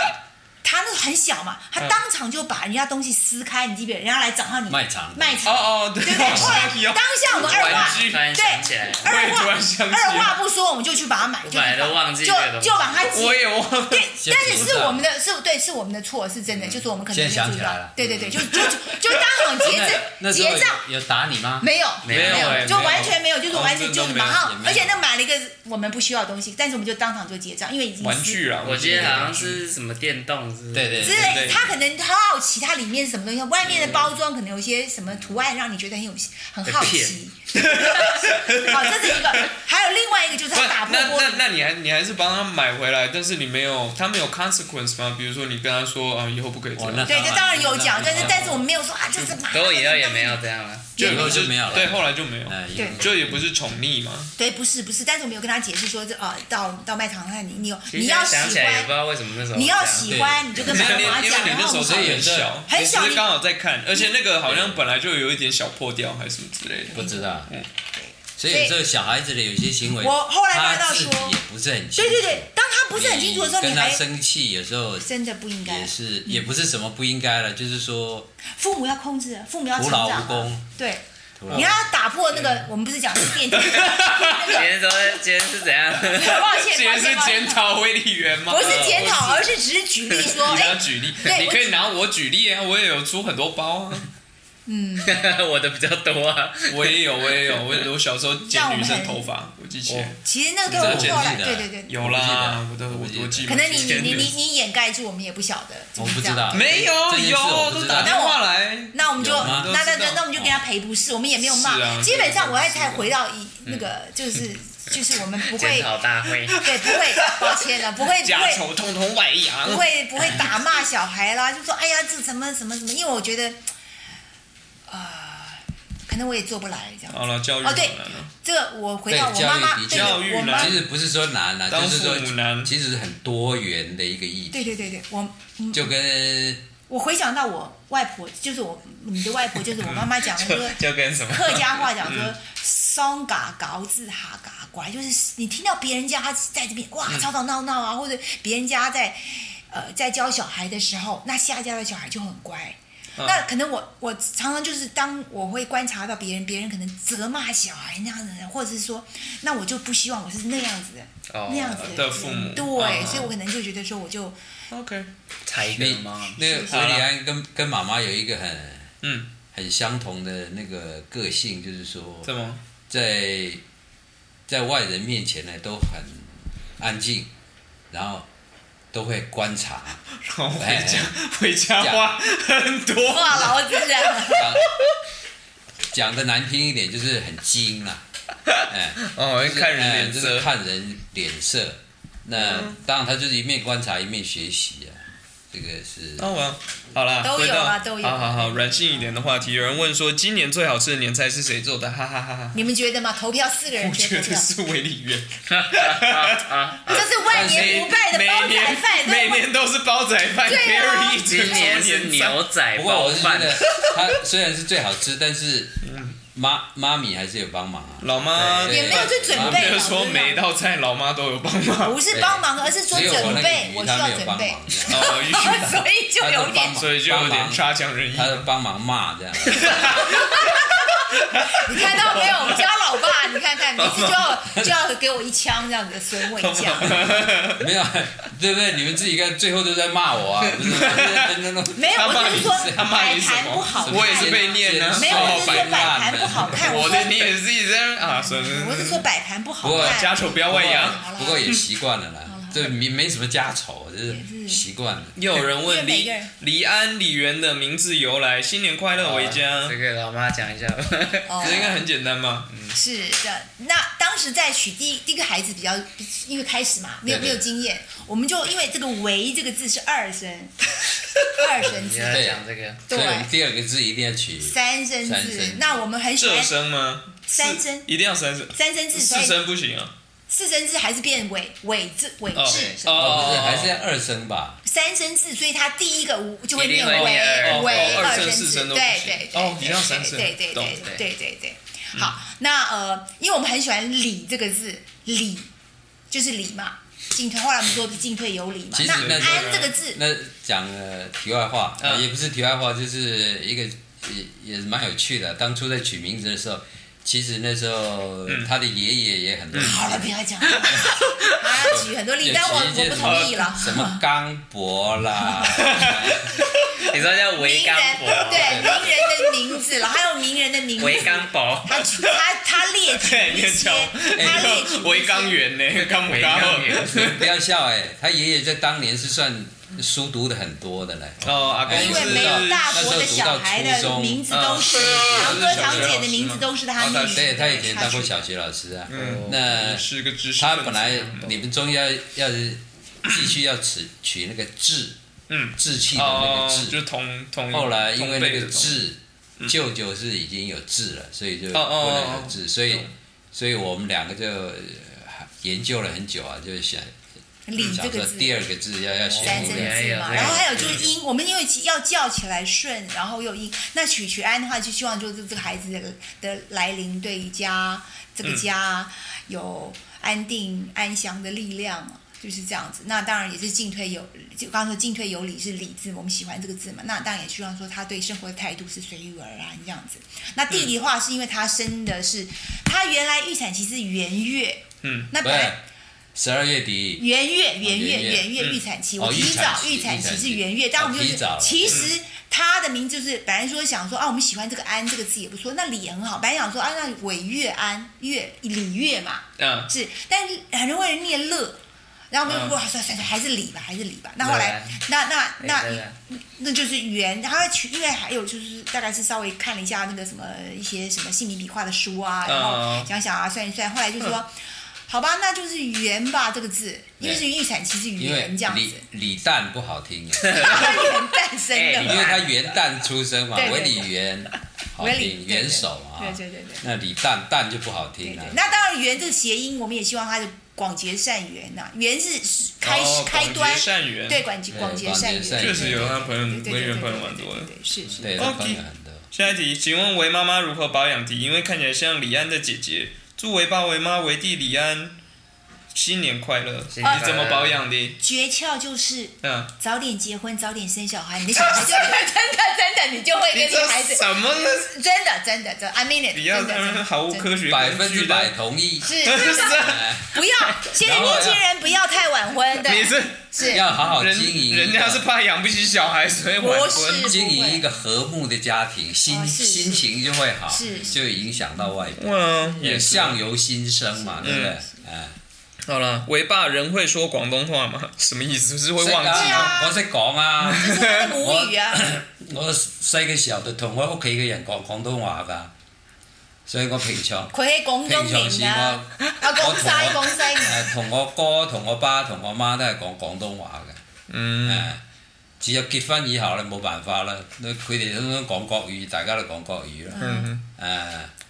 Speaker 2: 他那时候很小嘛，他
Speaker 1: 嗯
Speaker 2: 当场就把人家东西撕开，你记不记得？人家来找到你
Speaker 3: 卖场
Speaker 2: 卖
Speaker 1: 哦
Speaker 2: 场，
Speaker 1: 哦，对，
Speaker 2: 对不对？后来
Speaker 1: 哎呦
Speaker 2: 当下我们二话
Speaker 1: 玩具
Speaker 6: 突然
Speaker 2: 对
Speaker 6: 想起来了，
Speaker 1: 我
Speaker 2: 二
Speaker 1: 也突
Speaker 2: 话
Speaker 1: 然想起
Speaker 2: 二话
Speaker 1: 来，
Speaker 2: 不说，我们就去把它买，就
Speaker 6: 买了忘记
Speaker 2: 就
Speaker 6: 这个东西
Speaker 2: 就把它
Speaker 1: 我
Speaker 2: 解。
Speaker 1: 也忘了。
Speaker 2: 对，
Speaker 3: 先
Speaker 2: 但是
Speaker 3: 结
Speaker 2: 是
Speaker 3: 账
Speaker 2: 我们的是对，是我们的错，是真的，就是我们可能
Speaker 3: 现
Speaker 2: 没
Speaker 3: 在想
Speaker 2: 注意
Speaker 3: 起来
Speaker 2: 到
Speaker 3: 了。
Speaker 2: 对对对，就就就就当场
Speaker 3: 那
Speaker 2: 结账
Speaker 3: 时候
Speaker 2: 结账。
Speaker 3: 有有打你吗？
Speaker 2: 没有，
Speaker 6: 没有
Speaker 1: 哎
Speaker 2: 有，就
Speaker 1: 没有
Speaker 2: 完全没有，就是
Speaker 1: 哦
Speaker 2: 完全
Speaker 1: 真的
Speaker 2: 就是
Speaker 1: 没有
Speaker 2: 马上
Speaker 3: 也没，有
Speaker 2: 而且那买了一个我们不需要的东西，但是我们就当场就结账，因为已经
Speaker 1: 玩
Speaker 2: 撕
Speaker 1: 具啊，
Speaker 6: 我记
Speaker 1: 觉
Speaker 6: 得
Speaker 1: 得
Speaker 6: 好像是什么电动是不是，
Speaker 3: 对对
Speaker 2: 之
Speaker 3: 对，
Speaker 1: 对
Speaker 2: 类，他可能他好奇它里面是什么东西，外面的包装可能有一些什么图案，让你觉得很有很好奇。 好，这是一个，还有另外一个就是
Speaker 1: 不
Speaker 2: 他
Speaker 1: 是
Speaker 2: 打破
Speaker 1: 那
Speaker 2: 玻
Speaker 1: 那
Speaker 2: 璃。
Speaker 1: 那你还你还是帮他买回来，但是你没有他没有 consequence 吗？比如说你跟他说啊，以后不可以这
Speaker 3: 哦
Speaker 1: 样，
Speaker 3: 那
Speaker 2: 对，这当然有讲，但是但是我们没有说啊，就是买。
Speaker 6: 可我以后也没有这样了。
Speaker 1: 就
Speaker 3: 以后就
Speaker 1: 不是
Speaker 3: 没有了
Speaker 1: 对，后来就没有，
Speaker 3: 哎，有
Speaker 2: 对
Speaker 1: 就也不是宠溺嘛。
Speaker 2: 对，不是不是，但是我们有跟他解释说，这啊，到到卖场看你，你有
Speaker 6: 其实
Speaker 2: 你要喜
Speaker 6: 想起来也不知
Speaker 2: 欢，
Speaker 6: 道为什么那时候
Speaker 2: 你要
Speaker 6: 这样
Speaker 2: 喜欢，你就跟
Speaker 1: 没
Speaker 2: 妈
Speaker 1: 有，你
Speaker 2: 妈
Speaker 1: 因为
Speaker 2: 讲，
Speaker 1: 你
Speaker 2: 然
Speaker 1: 那时
Speaker 2: 后
Speaker 1: 候是
Speaker 3: 然后
Speaker 1: 很小，
Speaker 2: 很小
Speaker 1: 你只是刚好在看，而且那个好像本来就有一点小破掉还是什么之类的。
Speaker 3: 不知道
Speaker 1: 嗯。
Speaker 3: 所
Speaker 2: 所
Speaker 3: 以
Speaker 2: 以
Speaker 3: 有时候小孩子的有些行为，
Speaker 2: 我后来
Speaker 3: 他
Speaker 2: 发到
Speaker 3: 自己
Speaker 2: 说
Speaker 3: 也不是很清
Speaker 2: 对
Speaker 3: 楚。
Speaker 2: 哦对对，当他不是很清楚的时候，你
Speaker 3: 跟他
Speaker 2: 还
Speaker 3: 生气，有时候
Speaker 2: 真的不应该
Speaker 3: 也，是也不是什么不应该了，就是说
Speaker 2: 父母要控制，父母要
Speaker 3: 徒
Speaker 2: 成
Speaker 3: 劳无
Speaker 2: 长，
Speaker 3: 功。
Speaker 2: 对，
Speaker 3: 徒劳无
Speaker 2: 你
Speaker 3: 功
Speaker 2: 要打破那个，我们不是讲是电梯，那个
Speaker 6: 今天说今天是怎样？
Speaker 2: 抱歉，
Speaker 1: 这也
Speaker 2: 抱
Speaker 1: 是
Speaker 2: 歉，抱
Speaker 1: 检
Speaker 2: 歉，
Speaker 1: 讨维理员吗？
Speaker 2: 不是检讨，而是只是举例说，
Speaker 1: 你要
Speaker 2: 哎，
Speaker 1: 举例，
Speaker 2: 对
Speaker 1: 你
Speaker 2: 我
Speaker 1: 可以拿我举例啊，我也有出很多包 啊，
Speaker 2: 嗯，
Speaker 6: 我的比较多啊，
Speaker 1: 我也有，我也有，我我小时候
Speaker 2: 让
Speaker 1: 剪
Speaker 2: 我
Speaker 1: 女
Speaker 2: 们
Speaker 1: 生头发，我记起来
Speaker 2: 其实那个对我
Speaker 3: 你知道
Speaker 2: 后来，
Speaker 3: 简历的
Speaker 2: 对对对，
Speaker 1: 有啦，我的我我记得，
Speaker 2: 可能你你你你
Speaker 1: 剪女
Speaker 2: 你掩盖住，我们也不晓得，
Speaker 3: 我
Speaker 2: 就是
Speaker 3: 不
Speaker 2: 这
Speaker 3: 知
Speaker 2: 样。
Speaker 3: 道，
Speaker 1: 没有
Speaker 3: 这件事我
Speaker 1: 有
Speaker 3: 不
Speaker 1: 都
Speaker 3: 知
Speaker 1: 打
Speaker 3: 道。
Speaker 1: 电话来，
Speaker 2: 那我们就
Speaker 3: 有吗
Speaker 2: 那那
Speaker 1: 都知道
Speaker 2: 那那我们就给他赔不是，我们也没有骂。
Speaker 1: 是啊
Speaker 2: 基本上我还
Speaker 1: 是啊
Speaker 2: 才回到一那个就是就是我们不
Speaker 6: 检
Speaker 2: 会
Speaker 6: 讨大会。
Speaker 2: 对不会抱歉了，不会不
Speaker 1: 家
Speaker 2: 会
Speaker 1: 丑通通外扬
Speaker 2: 不，会不会打骂小孩啦，就说哎呀这什么什么什么，因为我觉得啊、可能我也做不来这样。
Speaker 1: 好了，教育
Speaker 2: 哦对
Speaker 1: 好难了
Speaker 2: 这个我回到
Speaker 3: 对
Speaker 2: 我
Speaker 3: 教
Speaker 2: 妈
Speaker 3: 育
Speaker 2: 妈
Speaker 3: 的，确
Speaker 2: 对
Speaker 1: 教育
Speaker 2: 我
Speaker 1: 呢
Speaker 2: 妈
Speaker 3: 其实不是说难啊，
Speaker 1: 当
Speaker 3: 就是说
Speaker 1: 父母难
Speaker 3: 其实很多元的一个意义，
Speaker 2: 对对对对，我嗯
Speaker 3: 就跟
Speaker 2: 我回想到我外婆，就是我你的外婆，就是我妈妈 讲的说。
Speaker 1: 就跟什么
Speaker 2: 客家话讲
Speaker 1: 嗯
Speaker 2: 说“双嘎高字哈嘎拐”，就是你听到别人家在这边哇
Speaker 1: 嗯
Speaker 2: 吵吵闹闹啊，或者别人家在呃在教小孩的时候，那下家的小孩就很乖。
Speaker 1: 嗯
Speaker 2: 那可能我我常常就是当我会观察到别人，别人可能责骂小孩那样的人，或者是说，那我就不希望我是那样子的、
Speaker 6: 哦
Speaker 2: 那样子
Speaker 1: 的父母
Speaker 2: 对，
Speaker 1: 嗯
Speaker 2: 所以我可能就觉得说，我就
Speaker 1: ，OK，
Speaker 6: 才一个
Speaker 3: 你
Speaker 6: 吗？
Speaker 3: 那个维里安跟跟妈妈有一个很
Speaker 1: 啊嗯，
Speaker 3: 很相同的那个个性，就是说
Speaker 1: 怎么？
Speaker 3: 在在外人面前呢都很安静，然后都会观察，
Speaker 1: 然后哦回家回家话很多，
Speaker 2: 哇，老子啊，
Speaker 3: 讲讲的难听一点就是很精啦，哎。
Speaker 1: 哦，会看人脸
Speaker 3: 就是
Speaker 1: 色，嗯
Speaker 3: 看人脸色。那当然，他就是一面观察一面学习啊，这个是
Speaker 1: 哦那我要好啦，
Speaker 2: 都有
Speaker 1: 回到
Speaker 2: 啦都有啊
Speaker 1: 好好好，软性一点的话题，有人问说今年最好吃的年菜是谁做的？哈哈哈 哈！
Speaker 2: 你们觉得吗？投票四个
Speaker 1: 我
Speaker 2: 人
Speaker 1: 觉
Speaker 2: 觉得投
Speaker 1: 得
Speaker 2: 票，
Speaker 1: 是维里园，
Speaker 2: 这是万年不败的
Speaker 1: 每
Speaker 2: 煲仔
Speaker 1: 年
Speaker 2: 饭，
Speaker 1: 每
Speaker 2: 对吗？
Speaker 1: 年都是煲仔饭
Speaker 2: 对啊
Speaker 1: ，Gary 一直
Speaker 6: 今
Speaker 1: 做
Speaker 6: 年是
Speaker 1: 年菜。
Speaker 6: 牛仔
Speaker 3: 不过
Speaker 6: 包
Speaker 3: 我是觉
Speaker 6: 饭，
Speaker 3: 得，他虽然是最好吃，但是
Speaker 1: 嗯
Speaker 3: 妈妈咪还是有帮忙啊。
Speaker 1: 老妈
Speaker 3: 对
Speaker 2: 也没有去准
Speaker 1: 没
Speaker 3: 妈
Speaker 2: 备
Speaker 1: 有
Speaker 2: 嘛，
Speaker 1: 说
Speaker 2: 对吧
Speaker 1: 每道菜老妈都有帮 忙，
Speaker 2: 不是帮忙，而是说
Speaker 3: 只有我那
Speaker 2: 准
Speaker 3: 个
Speaker 2: 备，
Speaker 3: 鱼
Speaker 2: 我需
Speaker 3: 他
Speaker 2: 要
Speaker 3: 没有
Speaker 2: 准
Speaker 3: 帮
Speaker 2: 备
Speaker 3: 忙，，
Speaker 1: 哦，
Speaker 2: 哦所以就有
Speaker 3: 他就帮
Speaker 2: 点
Speaker 3: 忙
Speaker 1: 所以就有点差强人意
Speaker 3: 啊他。就帮忙骂这样。
Speaker 2: 你看到没有？我们家老爸，你看看，每次就要就要给我一枪这样子损我一下。
Speaker 3: 没有，对不对？你们自己看，最后都在骂 我啊！不是，等等等，
Speaker 2: 没有，
Speaker 1: 他
Speaker 2: 我
Speaker 1: 骂
Speaker 2: 只
Speaker 1: 你
Speaker 2: 是说
Speaker 1: 他骂
Speaker 2: 摆
Speaker 1: 你什
Speaker 2: 盘不
Speaker 1: 么
Speaker 2: 好看。
Speaker 1: 我也是被念啊
Speaker 2: 没有，我是说
Speaker 3: 摆
Speaker 2: 摆盘不好看。
Speaker 1: 我
Speaker 2: 说
Speaker 1: 的你也是一直在那啊，算了，
Speaker 2: 我是说摆盘不好
Speaker 3: 不过
Speaker 2: 看。
Speaker 1: 家丑不要外扬。
Speaker 2: 啊
Speaker 3: 不过也习惯了啦， 这没没什么家丑，就
Speaker 2: 也是
Speaker 3: 是习惯了。
Speaker 1: 又有人问
Speaker 2: 因为每
Speaker 1: 李
Speaker 2: 个人
Speaker 1: 李安李元的名字由来，新年快乐回家
Speaker 6: 哦这，个老妈讲一下吧。
Speaker 2: 哦
Speaker 1: 这应该很简单吧？
Speaker 2: 是的，那当时在取第一第一个孩子比较，因为开始嘛，没有
Speaker 3: 对
Speaker 2: 没
Speaker 3: 对
Speaker 2: 有经验，我们就因为这个“为”这个字是二声， 二声
Speaker 6: 你
Speaker 2: 字，
Speaker 6: 要讲这个，
Speaker 3: 所以
Speaker 2: 对
Speaker 3: 我们，第二个字一定要取
Speaker 2: 三声
Speaker 3: 三
Speaker 2: 字
Speaker 3: 声。
Speaker 2: 那我们很喜
Speaker 1: 这
Speaker 2: 欢
Speaker 1: 声吗？
Speaker 2: 三
Speaker 1: 四
Speaker 2: 声
Speaker 1: 一定要三声，
Speaker 2: 三声字，所
Speaker 1: 四
Speaker 2: 以
Speaker 1: 声不行啊。
Speaker 2: 四声字还是变尾尾字尾
Speaker 1: 哦
Speaker 2: 字，
Speaker 3: 哦，不是，
Speaker 1: 哦，
Speaker 3: 还是要二声吧？
Speaker 2: 三声字，所以它第一个五就会念
Speaker 6: 一定会
Speaker 2: 为
Speaker 6: 念二
Speaker 2: 为
Speaker 1: 哦二声
Speaker 2: 声
Speaker 1: 四
Speaker 2: 字，
Speaker 1: 声都
Speaker 2: 对
Speaker 1: 不行
Speaker 2: 对
Speaker 1: 哦
Speaker 2: 对
Speaker 1: 一定要三声
Speaker 2: 对对对
Speaker 1: 懂嗯
Speaker 2: 对对对对。好，那呃，因为我们很喜欢“礼”这个字，“礼”就是礼嘛，进退。后来我们说进退有礼嘛。
Speaker 3: 其实
Speaker 2: 那
Speaker 3: 那
Speaker 1: 时候
Speaker 2: 安这个字，
Speaker 3: 那讲了题外话，
Speaker 1: 嗯
Speaker 3: 也不是题外话，就是一个也也是蛮有趣的。当初在取名字的时候，其实那时候
Speaker 2: 嗯
Speaker 3: 他的爷爷也 很多意见，
Speaker 2: 好了，不 要讲了，啊，举很多例
Speaker 3: 也
Speaker 2: 子，但我
Speaker 3: 提一些
Speaker 2: 我不
Speaker 3: 什么
Speaker 2: 同意了。
Speaker 3: 什么刚博 啦，
Speaker 6: 你说叫维
Speaker 2: 名
Speaker 6: 刚
Speaker 2: 人
Speaker 6: 博，
Speaker 1: 啊
Speaker 2: 对名人的名字了，还有名人的名字，
Speaker 6: 维刚博，
Speaker 2: 他举他他 列举
Speaker 1: 嘿
Speaker 2: 一
Speaker 1: 哎你很
Speaker 2: 些
Speaker 1: 巧，
Speaker 2: 他列举一些
Speaker 1: 维刚元
Speaker 3: 哎
Speaker 1: 呢，刚不
Speaker 6: 维
Speaker 1: 刚？
Speaker 6: 刚元，
Speaker 3: 不要笑哎、他爷爷在当年是算书读的很多的嘞。
Speaker 1: 哦，阿公
Speaker 3: 哎
Speaker 1: 是
Speaker 2: 因为没有大
Speaker 3: 哦
Speaker 2: 伯的小孩的名字
Speaker 3: 啊
Speaker 2: 都是堂哥堂姐的名字都是他命名的。
Speaker 3: 对啊他以前当过小学老师
Speaker 1: 嗯
Speaker 3: 啊，那
Speaker 1: 是个知识分
Speaker 3: 他
Speaker 1: 子。啊
Speaker 3: 本来你们中要要是继续要取取那个志，
Speaker 1: 嗯
Speaker 3: 志气的那
Speaker 1: 哦
Speaker 3: 个，
Speaker 1: 就
Speaker 3: 志。
Speaker 1: 同同
Speaker 3: 后来因为那个
Speaker 1: 字，
Speaker 3: 志，舅舅是已经有志了，所以就不
Speaker 1: 嗯哦哦哦
Speaker 3: 能有志，所以
Speaker 1: 懂
Speaker 3: 所以我们两个就呃研究了很久啊，就是想
Speaker 2: 李这
Speaker 3: 想
Speaker 2: 个
Speaker 3: 说
Speaker 2: 字，
Speaker 3: 第二个字要要写
Speaker 2: 三
Speaker 3: 后
Speaker 2: 声
Speaker 3: 面，
Speaker 2: 字嘛。然后还有就是音，我们因为要叫起来顺，然后又音。那曲曲安的话，就希望就是这个孩子的的来临，对家这个家有安定安详的力量嘛。就是这样子，那当然也是进退有，就刚刚说进退有礼是礼字，我们喜欢这个字嘛。那当然也希望说他对生活的态度是随遇而安这样子。那地理化是因为他生的是，他原来预产期是元月，
Speaker 1: 嗯，
Speaker 2: 那
Speaker 3: 不
Speaker 2: 本
Speaker 3: 是
Speaker 2: 来
Speaker 3: 十二月底，
Speaker 2: 元月，元
Speaker 3: 啊元
Speaker 2: 月，
Speaker 3: 月
Speaker 2: 元月
Speaker 1: 嗯
Speaker 2: 预产期，
Speaker 3: 哦
Speaker 2: 我提
Speaker 3: 预
Speaker 2: 早
Speaker 3: 产
Speaker 2: 预
Speaker 3: 期
Speaker 2: 产
Speaker 3: 预
Speaker 2: 期
Speaker 3: 产
Speaker 2: 是
Speaker 3: 期
Speaker 2: 元月，但我
Speaker 3: 哦
Speaker 2: 们就
Speaker 3: 提
Speaker 2: 是
Speaker 3: 早了
Speaker 2: 其实他的名字就是本来说想说啊，我们喜欢这个安这个字也不错，那李也很好，本来想说啊，那韦月安月李月嘛
Speaker 1: 嗯，
Speaker 2: 是，但是很多人念乐。然后我
Speaker 1: 嗯
Speaker 2: 们就哇算算算，还是李吧，还是李吧。那后来，那那那
Speaker 6: 对对
Speaker 2: 那就是元，他取，因为还有就是大概是稍微看了一下那个什么一些什么姓名笔画的书啊，然后
Speaker 1: 嗯
Speaker 2: 想想啊算一算，后来就说， 好吧，那就是元吧这个字，因为是
Speaker 3: 对
Speaker 2: 预产期是
Speaker 3: 因为
Speaker 2: 元这样
Speaker 3: 李
Speaker 2: 子，
Speaker 3: 李诞不好听，啊
Speaker 2: 他元诞生
Speaker 6: 哎
Speaker 2: 的
Speaker 6: 你
Speaker 3: 因
Speaker 2: 嘛，
Speaker 3: 为他元旦出生嘛
Speaker 2: 对，对
Speaker 3: 为
Speaker 2: 对
Speaker 3: 李元好
Speaker 2: 为李
Speaker 3: 听，
Speaker 2: 对对
Speaker 3: 元首啊，
Speaker 2: 对对对对。
Speaker 3: 那李诞诞就不好
Speaker 2: 对
Speaker 3: 听了
Speaker 2: 对，。那当然，元这个谐音，我们也希望它是广结善缘呐。元是开
Speaker 1: 哦
Speaker 2: 开
Speaker 1: 广
Speaker 2: 端
Speaker 1: 结，善缘，
Speaker 2: 对，广结
Speaker 3: 对
Speaker 2: 广结
Speaker 3: 广结
Speaker 2: 善缘，
Speaker 3: 善
Speaker 1: 确实有他朋友
Speaker 2: 对
Speaker 1: 跟
Speaker 2: 对对对
Speaker 1: 嗯缘分
Speaker 2: 对
Speaker 1: 蛮
Speaker 2: 哎对
Speaker 1: 多的
Speaker 2: 对。对，是是。
Speaker 3: 对，
Speaker 1: 哦
Speaker 3: 他朋友很多。
Speaker 1: 下一题，请问维妈妈如何保养体？因为看起来像李安的姐姐。祝维爸、维妈、维弟、李安新年快乐！
Speaker 6: 新年快乐
Speaker 1: 你怎么保养的？
Speaker 2: 诀窍就是
Speaker 1: 嗯，
Speaker 2: 早点结婚，早点生小孩，你的小孩 就真的真的，你就会跟
Speaker 1: 你
Speaker 2: 哎你
Speaker 1: 这
Speaker 2: 孩子
Speaker 1: 什么呢？
Speaker 2: 真的真的真的，I mean it，
Speaker 1: 你要
Speaker 2: 真的
Speaker 1: 在那
Speaker 2: 真
Speaker 1: 边
Speaker 2: 的
Speaker 1: 毫无
Speaker 2: 真的
Speaker 1: 科学
Speaker 3: 百分之百
Speaker 1: 根
Speaker 3: 同意， 哎
Speaker 2: 是
Speaker 1: 据的，
Speaker 2: 不要，现在年轻人不要太晚婚，
Speaker 1: 是你
Speaker 2: 对，
Speaker 1: 是
Speaker 2: 是
Speaker 3: 要好好经营一
Speaker 1: 人人
Speaker 3: 个。
Speaker 1: 家是怕养不起小孩，所以晚
Speaker 2: 不
Speaker 1: 婚
Speaker 2: 是。
Speaker 3: 经营一个和睦的家庭，心、
Speaker 2: 哦是
Speaker 3: 心情就会好，
Speaker 2: 是
Speaker 3: 就影响到外边，
Speaker 1: 嗯，也是嗯
Speaker 3: 相由心生嘛，对不对？哎，
Speaker 1: 好了，维爸人会说广东话吗？什么意思？是会
Speaker 3: 所以
Speaker 1: 忘记？
Speaker 3: 啊我识講啊，
Speaker 2: 这是他的母语啊，
Speaker 3: 我細嘅時候就同我屋企嘅人講廣東話㗎，所以我平常
Speaker 2: 佢喺廣
Speaker 3: 平
Speaker 2: 東
Speaker 3: 常時
Speaker 2: 嚟啊，
Speaker 3: 我
Speaker 2: 啊講西
Speaker 3: 我
Speaker 2: 講西
Speaker 1: 哎
Speaker 2: 唔
Speaker 3: 誒同我哥、同我爸、同我媽都係講廣東話嘅。
Speaker 2: 哎
Speaker 1: 嗯，
Speaker 3: 誒，自有結婚以後咧冇辦法啦，佢哋都講國語，大家都講國語啦。
Speaker 1: 嗯，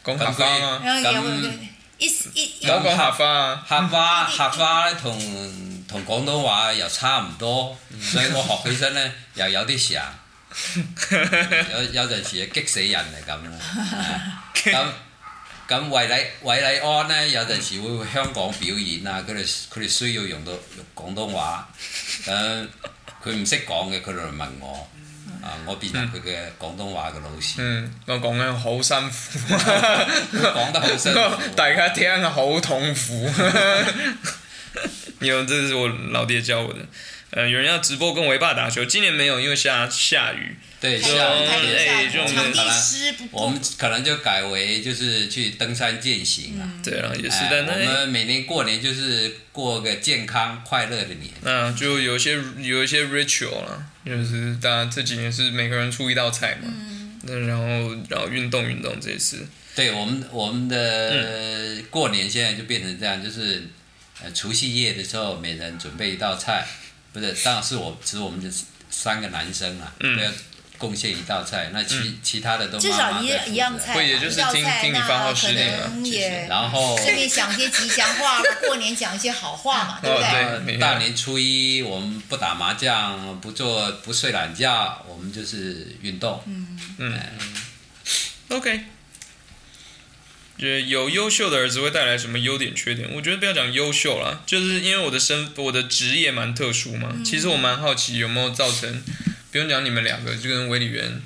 Speaker 3: 誒，
Speaker 1: 講客家啊
Speaker 2: 然後有
Speaker 3: 咁
Speaker 2: 一一
Speaker 1: 講講下花 啊，
Speaker 3: 客話客話咧同同廣東話又差唔多，
Speaker 1: 嗯
Speaker 3: 所以我學起身咧又有啲啊成，有有陣時激死人係咁啦。咁咁維禮維禮安咧有陣時會去香港表演啊，佢哋佢哋需要用到用廣東話，咁佢唔識講嘅，佢哋嚟問我，啊，我比那个廣東話嘅老師
Speaker 1: 嗯，我講緊好辛苦，。
Speaker 3: 講得好辛苦
Speaker 1: 大家聽得好痛苦。有，这是我老爹教我的。呃，有人要直播跟维爸打球，今年没有，因为下下雨。
Speaker 3: 对，
Speaker 2: 太
Speaker 3: 就
Speaker 1: 嗯
Speaker 2: 太
Speaker 1: 哎
Speaker 2: 太
Speaker 1: 就
Speaker 2: 场
Speaker 3: 好
Speaker 2: 地
Speaker 3: 了
Speaker 2: 湿不
Speaker 3: 我
Speaker 2: 不
Speaker 3: 們可能就改為就是去登山健行啊。
Speaker 1: 对啊，也是
Speaker 3: 哎，
Speaker 1: 但
Speaker 3: 我
Speaker 1: 那
Speaker 3: 們每年過年就是過個健康快樂的年。
Speaker 1: 那就有一些有一些 ritual 啦，就是大家这几年是每个人出一道菜嘛。
Speaker 3: 嗯
Speaker 1: 那然后然后运动运动这一次，
Speaker 3: 对我们我们的
Speaker 1: 嗯
Speaker 3: 过年现在就变成这样，就是呃除夕夜的时候，每人准备一道菜，不是，当然是我只是我们这三个男生啊，
Speaker 1: 嗯
Speaker 3: 都要贡献一道菜，那其、其他的都
Speaker 2: 至
Speaker 3: 妈
Speaker 2: 少
Speaker 3: 妈在
Speaker 2: 一
Speaker 3: 负责
Speaker 2: 一样菜吧，
Speaker 1: 啊会也就是
Speaker 2: 一道
Speaker 1: 听
Speaker 2: 菜
Speaker 1: 听你
Speaker 2: 那
Speaker 1: 发号
Speaker 2: 可
Speaker 1: 施令啊
Speaker 2: 能
Speaker 3: 就是
Speaker 2: 也
Speaker 3: 然后
Speaker 2: 顺便想些吉祥话，过年讲一些好话嘛，对不
Speaker 1: 哦
Speaker 2: 对？
Speaker 1: 对没有
Speaker 3: 呃大年初一我们不打麻将，不做不睡懒觉，我们就是运动。
Speaker 2: 嗯
Speaker 1: OK，呃，有优秀的儿子会带来什么优点、缺点？我觉得不要讲优秀啦，就是因为我的身、我的职业蛮特殊嘛。其实我蛮好奇有没有造成，不用讲你们两个，就跟维里员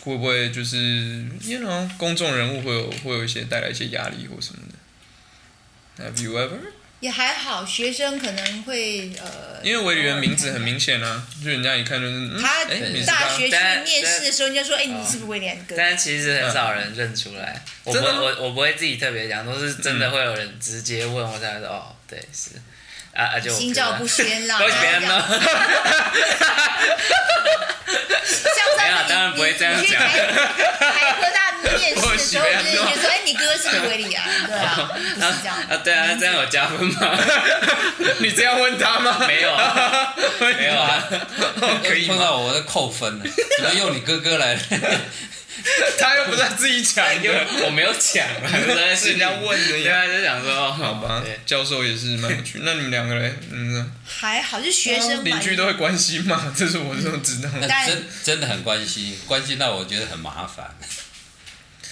Speaker 1: 会不会就是，you know，公众人物会有会有一些带来一些压力或什么的。Have you ever？
Speaker 2: 也还好，学生可能会呃，
Speaker 1: 因为维里员名字很明显啊，就人家一看就是，嗯，
Speaker 2: 他
Speaker 1: 哎，你是
Speaker 2: 大
Speaker 1: 他
Speaker 2: 学去
Speaker 6: 但
Speaker 2: 面试的时候，人家说：“哎，你是不是威廉
Speaker 1: 哦
Speaker 2: 哥？”
Speaker 6: 但其实很少人认出来，我不
Speaker 1: 真
Speaker 6: 会
Speaker 1: 的吗
Speaker 6: 我我不会自己特别讲，都是真的会有人直接问我才会说哦，对是，啊啊就我
Speaker 2: 心照不宣 啊啦，
Speaker 6: 都别人呢
Speaker 2: 呢？，像上次
Speaker 6: 没有当然
Speaker 2: 你
Speaker 6: 不会这样
Speaker 2: 你去
Speaker 6: 讲
Speaker 2: 台台科大面试的时候，
Speaker 1: 我喜欢
Speaker 2: 就是觉得说：“哎，你哥是不是威 廉啊？”对
Speaker 1: 哦
Speaker 2: 啊，就是这样。
Speaker 6: 啊对啊，这样有加分吗？
Speaker 1: 你这样问他吗？
Speaker 6: 没有 啊，没有啊，
Speaker 1: 可以
Speaker 3: 碰
Speaker 1: 吗？
Speaker 3: 到我的扣分了，怎么用你哥哥来？
Speaker 1: 他又不是他自己讲
Speaker 6: 因为
Speaker 1: 的。
Speaker 6: 我没有讲 啊，真的
Speaker 1: 是人家问的
Speaker 6: 人
Speaker 1: 呀。
Speaker 6: 家就想说哦
Speaker 1: 好吧
Speaker 6: 对，
Speaker 1: 教授也是蛮有趣。那你们两个嘞，嗯，呢
Speaker 2: 还好，就学生
Speaker 1: 哦
Speaker 2: 嘛
Speaker 1: 邻居都会关心嘛， 这是我这种知道。
Speaker 2: 但
Speaker 3: 那真真的很关心，关心到我觉得很麻烦。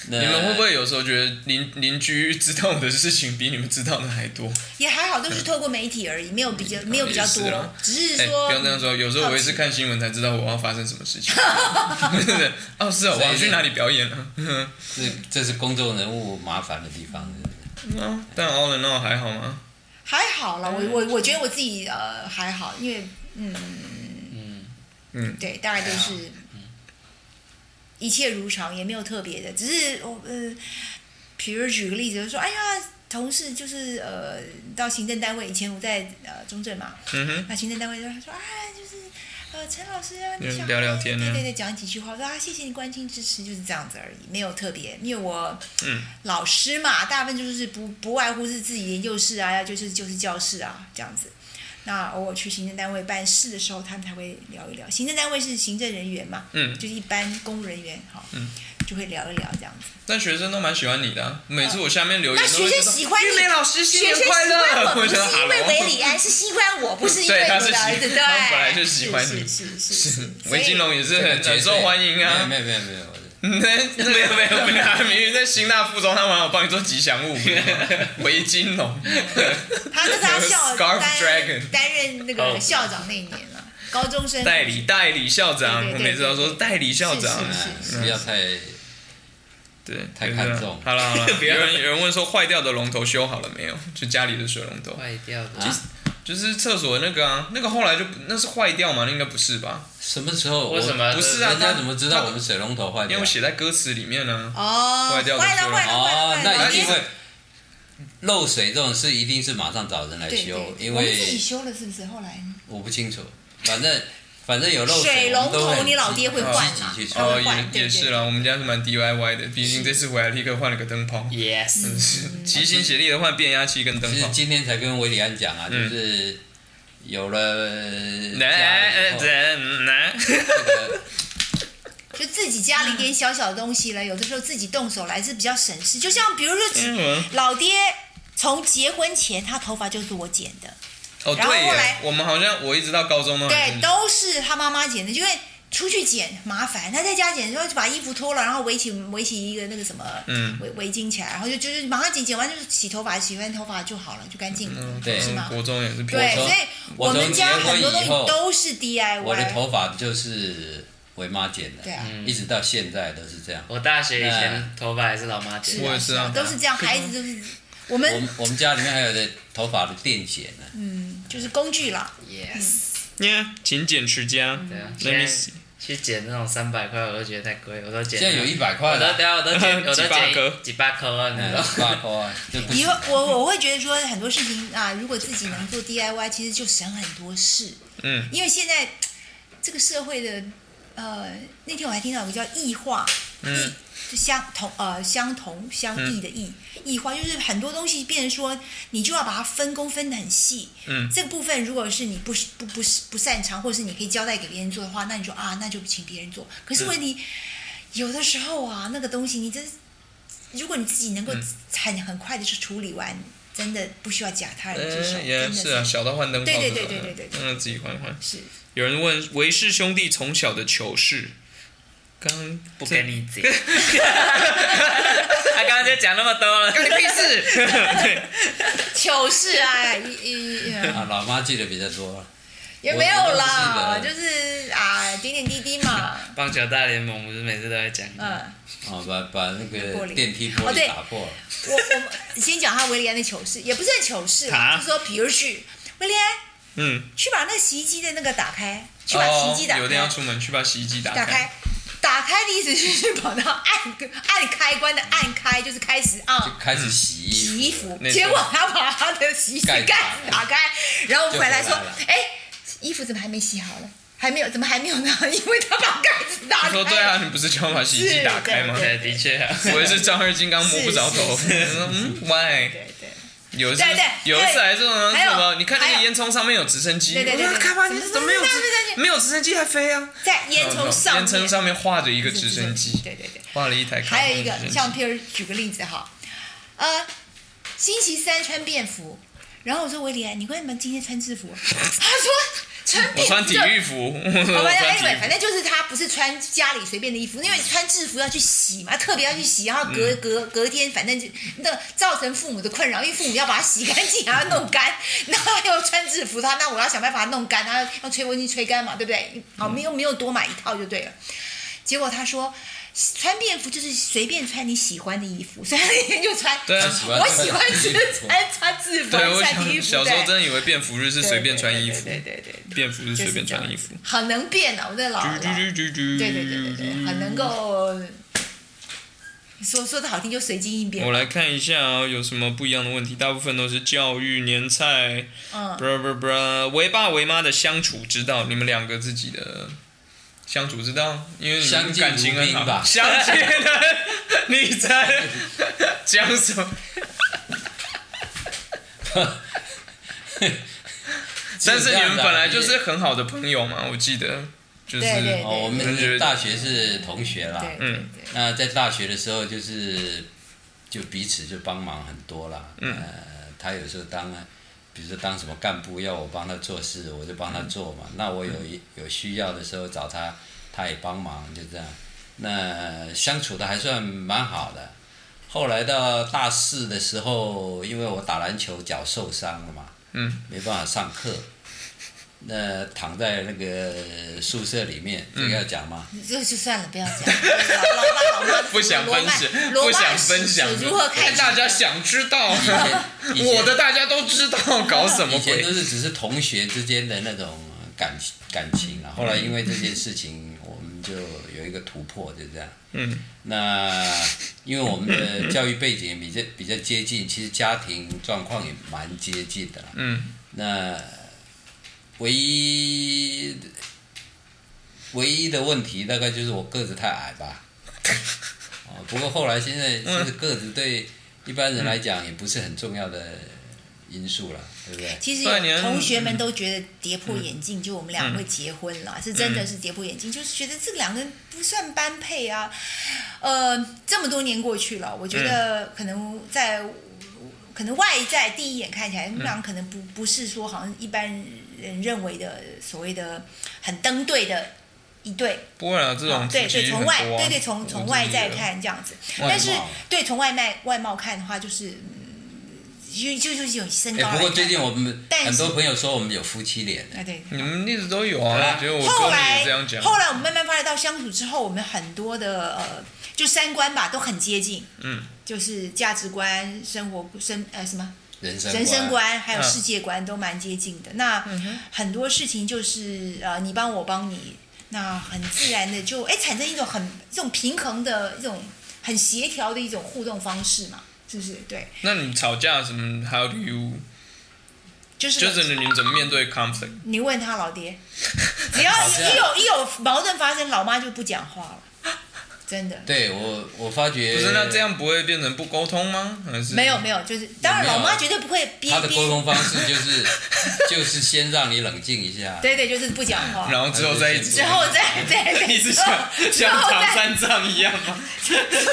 Speaker 3: 你
Speaker 1: 你们会不会有时候觉得邻邻居知道我的事情比你们知道的还多？
Speaker 2: 也还好，都是透过媒体而已，没有比较，没有比较
Speaker 1: 也是
Speaker 2: 多
Speaker 1: 啊，
Speaker 2: 只是
Speaker 1: 哎，
Speaker 2: 说
Speaker 1: 不要这样说，有时候我也是看新闻才知道我要发生什么事情。 对对哦，是哦，
Speaker 3: 所以
Speaker 1: 我要去哪里表演啊嗯了？
Speaker 3: 这这是公众人物麻烦的地方，对不对
Speaker 1: 嗯但 all in all 还好吗？
Speaker 2: 还好了。我我我觉得我自己呃还好，因为嗯
Speaker 1: 嗯
Speaker 2: 对，大概就是一切如常，也没有特别的，只是我呃，比如举个例子，就说哎呀。同事就是呃，到行政单位以前我在呃中正嘛，
Speaker 1: 嗯哼，
Speaker 2: 那行政单位就说啊，就是呃陈老师啊，你
Speaker 1: 嗯
Speaker 2: 小孩
Speaker 1: 聊聊天啊
Speaker 2: 对对对，讲几句话，我说啊谢谢你关心支持，就是这样子而已，没有特别，因为我
Speaker 1: 嗯
Speaker 2: 老师嘛，大部分就是不不外乎是自己研究室啊，就是就是教室啊这样子。那偶尔去行政单位办事的时候，他们才会聊一聊。行政单位是行政人员嘛，
Speaker 1: 嗯
Speaker 2: 就是一般公务人员，好，
Speaker 1: 嗯
Speaker 2: 就会聊一聊这样子。
Speaker 1: 但学生都蛮喜欢你的啊，每次我下面留言
Speaker 2: 那
Speaker 1: 都
Speaker 2: 学
Speaker 1: 会
Speaker 2: 生
Speaker 1: 知道
Speaker 2: 喜欢
Speaker 1: 玉梅
Speaker 2: 你，
Speaker 1: 老师新
Speaker 2: 学
Speaker 1: 年
Speaker 2: 生喜
Speaker 1: 快
Speaker 2: 欢
Speaker 1: 乐，
Speaker 2: 我，不
Speaker 1: 我
Speaker 2: 是
Speaker 1: 觉得
Speaker 2: 因为
Speaker 1: hello
Speaker 2: 韦礼 安，是喜欢我，不是因为
Speaker 1: 对
Speaker 2: 我
Speaker 1: 他
Speaker 2: 的
Speaker 1: 是
Speaker 2: 儿子，
Speaker 1: 喜
Speaker 2: 对，
Speaker 1: 他本来就喜欢你
Speaker 2: 是是是是是，
Speaker 1: 韦金龙也是很很受欢迎啊。
Speaker 3: 没有没有没有没 有，
Speaker 1: 没有没有没有，没有，明明在新大附中，他们还有帮你做吉祥物，啊围巾龙。
Speaker 2: 他就是他校
Speaker 1: Scarf
Speaker 2: 担
Speaker 1: Dragon 哦
Speaker 2: 担任那个校长那一年啊，高中生
Speaker 1: 代理代理校长，
Speaker 2: 对
Speaker 1: 我
Speaker 2: 对对对啊
Speaker 1: 每次都说代理校长，
Speaker 2: 是
Speaker 3: 哎不要太
Speaker 1: 对，
Speaker 3: 太
Speaker 1: 就是这样
Speaker 3: 看重
Speaker 1: 好了好了，
Speaker 6: 不要
Speaker 1: 有人有人问说坏掉的龙头修好了没有？就家里的水龙头，
Speaker 6: 坏掉的，
Speaker 3: 啊，
Speaker 1: 就是厕所那个啊，那个后来就不那是坏掉吗？那应该不是吧？
Speaker 3: 什么时候我
Speaker 6: 为什么
Speaker 1: 不是啊
Speaker 3: 人家
Speaker 1: 他
Speaker 3: 怎么知道我们水龙头坏
Speaker 1: 因为
Speaker 3: 掉
Speaker 1: 我？写在歌词里面呢。啊
Speaker 2: 哦，
Speaker 1: 坏掉的
Speaker 2: 坏了
Speaker 1: 是吧
Speaker 2: 坏了
Speaker 3: 哦
Speaker 2: 坏了，坏
Speaker 3: 那
Speaker 2: 了，
Speaker 3: 一定会漏水这种事，一定是马上找人来
Speaker 2: 对对
Speaker 3: 修，
Speaker 2: 对
Speaker 3: 因
Speaker 2: 我们自己
Speaker 3: 为
Speaker 2: 修了是不是？后来
Speaker 3: 我不清楚，反正反正有漏
Speaker 2: 水
Speaker 3: 我
Speaker 2: 龙
Speaker 3: 们都会
Speaker 2: 头
Speaker 3: 很
Speaker 2: 你老爹会换
Speaker 3: 积
Speaker 2: 嘛
Speaker 3: 极去？
Speaker 2: 他
Speaker 3: 处
Speaker 1: 哦，
Speaker 2: 会换，
Speaker 1: 也
Speaker 2: 对
Speaker 1: 也是
Speaker 2: 对
Speaker 1: 啦，我们家是蛮 DIY 的，毕竟这次回来立刻换了个灯泡，
Speaker 6: ，yes，
Speaker 1: 嗯齐心协力的换变压器跟灯
Speaker 3: 其实
Speaker 1: 泡。
Speaker 3: 今天才跟维里安讲啊，就
Speaker 1: 嗯哎
Speaker 3: 是有了
Speaker 1: 来
Speaker 3: 家以后
Speaker 1: 人来，
Speaker 3: 这个
Speaker 2: 就自己家里点小小的东西了，有的时候自己动手来是比较省事。就像比如
Speaker 1: 嗯
Speaker 2: 说，老爹从结婚前他头发就是我剪的，
Speaker 1: 哦，
Speaker 2: 然后
Speaker 1: 对耶
Speaker 2: 后来，
Speaker 1: 我们好像我一直到高中都还是
Speaker 2: 对，都是他妈妈剪的，因为出去剪麻烦，他在家剪，然后就把衣服脱了，然后围起围起一个那个什么，
Speaker 1: 嗯
Speaker 2: 围围巾起来，然后就就是马上剪，剪完就是洗头发，洗完头发就好了，就干净了，
Speaker 3: 对
Speaker 2: 是吗？
Speaker 1: 国中也是
Speaker 2: 对，
Speaker 1: 偏
Speaker 3: 我
Speaker 2: 所
Speaker 3: 从
Speaker 2: 以我们家很多东
Speaker 3: 我从结婚以后
Speaker 2: 西都是 DIY。
Speaker 3: 我的头发就是为妈剪的，
Speaker 2: 对啊，
Speaker 1: 嗯
Speaker 2: 嗯
Speaker 3: 一直到现在都是这样。
Speaker 6: 我大学以前
Speaker 3: 那
Speaker 6: 头发也是老妈
Speaker 2: 是
Speaker 6: 剪
Speaker 1: 我
Speaker 2: 啊
Speaker 1: 也是啊
Speaker 2: 都是这样，孩子就是我
Speaker 3: 我
Speaker 2: 们
Speaker 3: 们我们家里面还有的头发的电剪啊呢、
Speaker 1: 嗯
Speaker 2: 就是工具啦，
Speaker 6: ，yes，
Speaker 1: 耶，勤俭持家。
Speaker 2: 嗯
Speaker 6: 对啊，
Speaker 1: Let
Speaker 6: 现
Speaker 1: me
Speaker 6: 在
Speaker 1: see，
Speaker 6: 去剪那种三百块，我都觉得太贵，我都剪，
Speaker 3: 现在有一百块
Speaker 6: 我都
Speaker 3: 的，
Speaker 6: 等下我都剪，我都
Speaker 1: 几百颗嗯
Speaker 6: 剪几百颗啊，那种。
Speaker 3: 八块啊，就不
Speaker 2: 以后我我会觉得说很多事情啊，如果自己能做 DIY，其实就省很多事。
Speaker 1: 嗯，
Speaker 2: 因为现在这个社会的，呃，那天我还听到有个叫异化，异就相同呃相同相异的异、异化，就是很多东西变成说你就要把它分工分得很细。
Speaker 1: 嗯，
Speaker 2: 这个部分如果是你不是不不是不擅长，或是你可以交代给别人做的话，那你说啊，那就请别人做。可是问题、有的时候啊，那个东西你真是，如果你自己能够很、很快的去处理完，真的不需要假他人之手，
Speaker 1: 嗯，也
Speaker 2: 真的
Speaker 1: 是啊，小到换灯泡
Speaker 2: 对
Speaker 1: 这种
Speaker 2: 对
Speaker 1: 的，
Speaker 2: 对对对对对
Speaker 1: 嗯，自己换一换。
Speaker 2: 是。
Speaker 1: 有人问韦氏兄弟从小的糗事，刚刚
Speaker 6: 不跟你 剪。他刚刚就讲那么多了，
Speaker 1: 干你屁事。
Speaker 2: 糗事啊，一一呃
Speaker 3: 啊，老妈记得比较多啊。
Speaker 2: 也没有啦
Speaker 3: 我，不
Speaker 2: 就
Speaker 3: 记
Speaker 2: 是啊，点点滴滴嘛，
Speaker 6: 棒球大联盟不是每次都在讲？
Speaker 2: 嗯，
Speaker 3: 哦，把把那
Speaker 2: 玻
Speaker 3: 个
Speaker 2: 璃
Speaker 3: 电梯玻
Speaker 2: 哦对
Speaker 3: 璃打破了，
Speaker 2: 我我们先讲他威廉的糗事，也不是糗事啦，
Speaker 1: 啊
Speaker 2: 就是说，比如去威廉
Speaker 1: 嗯，
Speaker 2: 去把那洗衣机的那个打开，去把洗衣机打
Speaker 1: 哦有一天要
Speaker 2: 开，
Speaker 1: 出门去把洗衣机打
Speaker 2: 打开。打开的意思是去把它按 按开关的按开，就是开始
Speaker 3: 就
Speaker 2: 啊
Speaker 3: 开始洗衣服
Speaker 2: 洗衣服。
Speaker 1: 没错
Speaker 2: 结果他把他的洗衣机
Speaker 3: 盖
Speaker 2: 盖打开，然后我们回来说
Speaker 3: 就回来了：“
Speaker 2: 哎，衣服怎么还没洗好了？还没有，怎么还没有呢？ 因为他把盖子打
Speaker 1: 他
Speaker 2: 开。”
Speaker 1: 说：“对啊，你不是叫我把洗衣机打开吗
Speaker 2: 是？”
Speaker 6: 对，的确啊，
Speaker 1: 我也是丈二金刚摸不着头。
Speaker 2: 是
Speaker 1: 嗯，why？
Speaker 2: 对对
Speaker 1: 有一次
Speaker 2: 对对
Speaker 1: 有一次还是什
Speaker 2: 还有
Speaker 1: 么？你看那
Speaker 2: 还
Speaker 1: 个
Speaker 2: 有
Speaker 1: 烟囱上面有直升机，
Speaker 2: 对对对
Speaker 1: 我
Speaker 2: 对
Speaker 1: 说干嘛？
Speaker 2: 怎
Speaker 1: 你
Speaker 2: 么
Speaker 1: 怎么没有直
Speaker 2: 怎么怎么
Speaker 1: 没有直升机还飞啊？
Speaker 2: 在烟囱上
Speaker 1: 烟囱上面画着一个
Speaker 2: 面
Speaker 1: 直升机，
Speaker 2: 对对对。
Speaker 1: 画了一台卡通
Speaker 2: 还有一
Speaker 1: 直
Speaker 2: 个
Speaker 1: 升，机。
Speaker 2: 像 Pierre 举个例子哈，呃，星期三穿便服，然后我说维里安，你为什么今天穿制服？ 他说穿
Speaker 1: 我
Speaker 2: 便服
Speaker 1: 穿体
Speaker 2: 就。
Speaker 1: 育服， 我
Speaker 2: 好吧，
Speaker 1: 穿体育
Speaker 2: anyway，
Speaker 1: 服
Speaker 2: 反。正就是他不是穿家里随便的衣服，因为穿制服要去洗嘛，特别要去洗，然后隔、隔隔天，反正就那造成父母的困扰，因为父母要把它洗干净，还要弄干，然后又穿制服，他那我要想办法弄干，他用吹风机吹干嘛，对不对？好，没有没有多买一套就对了。结果他说。穿便服就是随便穿你喜欢的衣服，所以他那天就穿。
Speaker 1: 对啊
Speaker 2: 我喜欢是穿穿制服，
Speaker 1: 对，我
Speaker 2: 穿衣
Speaker 1: 小小
Speaker 2: 服。
Speaker 1: 时候
Speaker 2: 对
Speaker 1: 真的以为便服日是随便穿衣服，
Speaker 2: 对对对对对
Speaker 1: 便服是
Speaker 2: 就
Speaker 1: 随
Speaker 2: 是
Speaker 1: 便
Speaker 2: 这样
Speaker 1: 穿衣服。
Speaker 2: 好能变啊！我的老
Speaker 1: 嘟
Speaker 2: 老
Speaker 1: 嘟嘟嘟
Speaker 2: 对对对对对，很能够说说的好听就随机应变
Speaker 1: 我。来看一下啊、有什么不一样的问题？大部分都是教育、年菜、
Speaker 2: 嗯，
Speaker 1: bra bra bra，为爸为妈的相处之道，你们两个自己的相处之道，因为你
Speaker 3: 相
Speaker 1: 们
Speaker 3: 敬
Speaker 1: 感情
Speaker 3: 如
Speaker 1: 很
Speaker 3: 宾
Speaker 1: 好。
Speaker 3: 吧
Speaker 1: 相敬的，你在讲什 么？但是你们本来就是很好的朋友嘛，我记得，就是
Speaker 2: 对对
Speaker 3: 哦，我们是大学是同学啦。
Speaker 2: 对对
Speaker 1: 嗯
Speaker 2: 对，
Speaker 3: 那在大学的时候，就是就彼此就帮忙很多啦。嗯、呃，他有时候当，比如说当什么干部要我帮他做事，我就帮他做嘛。那我有一有需要的时候找他，他也帮忙，就这样。那相处的还算蛮好的。后来到大四的时候，因为我打篮球脚受伤了嘛，
Speaker 1: 嗯，
Speaker 3: 没办法上课，那躺在那个宿舍里面，这个要讲吗？
Speaker 2: 这就算了，不要讲。老老爸老妈
Speaker 1: 不想分享，
Speaker 2: 罗
Speaker 1: 不
Speaker 2: 曼
Speaker 1: 想分享哎
Speaker 2: 史，如何开始？
Speaker 1: 大家想知道，
Speaker 3: 以前
Speaker 1: 我的大家都知道，搞什么
Speaker 3: 以前
Speaker 1: 鬼
Speaker 3: 都？是只是同学之间的那种感感情
Speaker 1: 嗯
Speaker 3: 啊，后来因为这件事情，我们就有一个突破，就这样。
Speaker 1: 嗯，
Speaker 3: 那因为我们的教育背景也比较比较接近，其实家庭状况也蛮接近的啦。
Speaker 1: 嗯，
Speaker 3: 那唯一唯一的问题大概就是我个子太矮吧。 哦，不过后来现在其实个子对一般人来讲也不是很重要的因素了，对不对？
Speaker 2: 其实
Speaker 1: 不然你要
Speaker 2: 同学们都觉得跌破眼镜，就我们俩会结婚啦，是真的是跌破眼镜，就是觉得这两个人不算般配啊。呃，这么多年过去了，我觉得可能在。可能外在第一眼看起来，我们俩可能不不是说好像一般人认为的所谓的很登对的一对，
Speaker 1: 不会啊，这种夫
Speaker 2: 对
Speaker 1: 妻
Speaker 2: 对，从
Speaker 1: 很
Speaker 2: 外
Speaker 1: 多啊
Speaker 2: 对对从从外
Speaker 1: 我
Speaker 2: 在，
Speaker 1: 自己的
Speaker 2: 看这样子，
Speaker 3: 外貌
Speaker 2: 但是对从外卖外貌看的话，就是嗯就就就是有身
Speaker 3: 哎、
Speaker 2: 高来看。
Speaker 3: 不过最近我们
Speaker 2: 但是
Speaker 3: 很多朋友说我们有夫妻脸，
Speaker 2: 啊对，
Speaker 1: 你们一直都有啊，觉得我
Speaker 2: 后
Speaker 1: 哥们
Speaker 2: 来
Speaker 1: 也这样讲。
Speaker 2: 后来我们慢慢发现到相处之后，我们很多的呃，就三观吧都很接近，
Speaker 1: 嗯，
Speaker 2: 就是价值观、生活生呃什么
Speaker 3: 人生
Speaker 2: 人生观嗯还有
Speaker 1: 嗯
Speaker 2: 世界观都蛮接近的。那很多事情就是呃，你帮我帮你，那很自然的就哎产生一种很这种平衡的一种很协调的一种互动方式嘛，是不是？对，
Speaker 1: 那你吵架什么？How do you？
Speaker 2: 就是
Speaker 1: 就是你们怎么面对 conflict？
Speaker 2: 你问他老 爹，只要
Speaker 3: 架
Speaker 2: 一有一有矛盾发生，老妈就不讲话了，真的。
Speaker 3: 对我我发觉
Speaker 1: 不是，那这样不会变成不沟通吗？还是
Speaker 2: 没有没有，就是当然
Speaker 3: 没有
Speaker 2: 老
Speaker 3: 啊
Speaker 2: 妈绝对不会憋
Speaker 3: 他的沟
Speaker 2: 憋，
Speaker 3: 通方式就是就是先让你冷静一下，
Speaker 2: 对对，就是不讲话，
Speaker 1: 然后之后再一直
Speaker 2: 之后 再再再
Speaker 1: 一直
Speaker 2: 之后
Speaker 1: 像
Speaker 2: 之
Speaker 1: 像
Speaker 2: 后
Speaker 1: 唐
Speaker 2: 再
Speaker 1: 三藏一样 吗？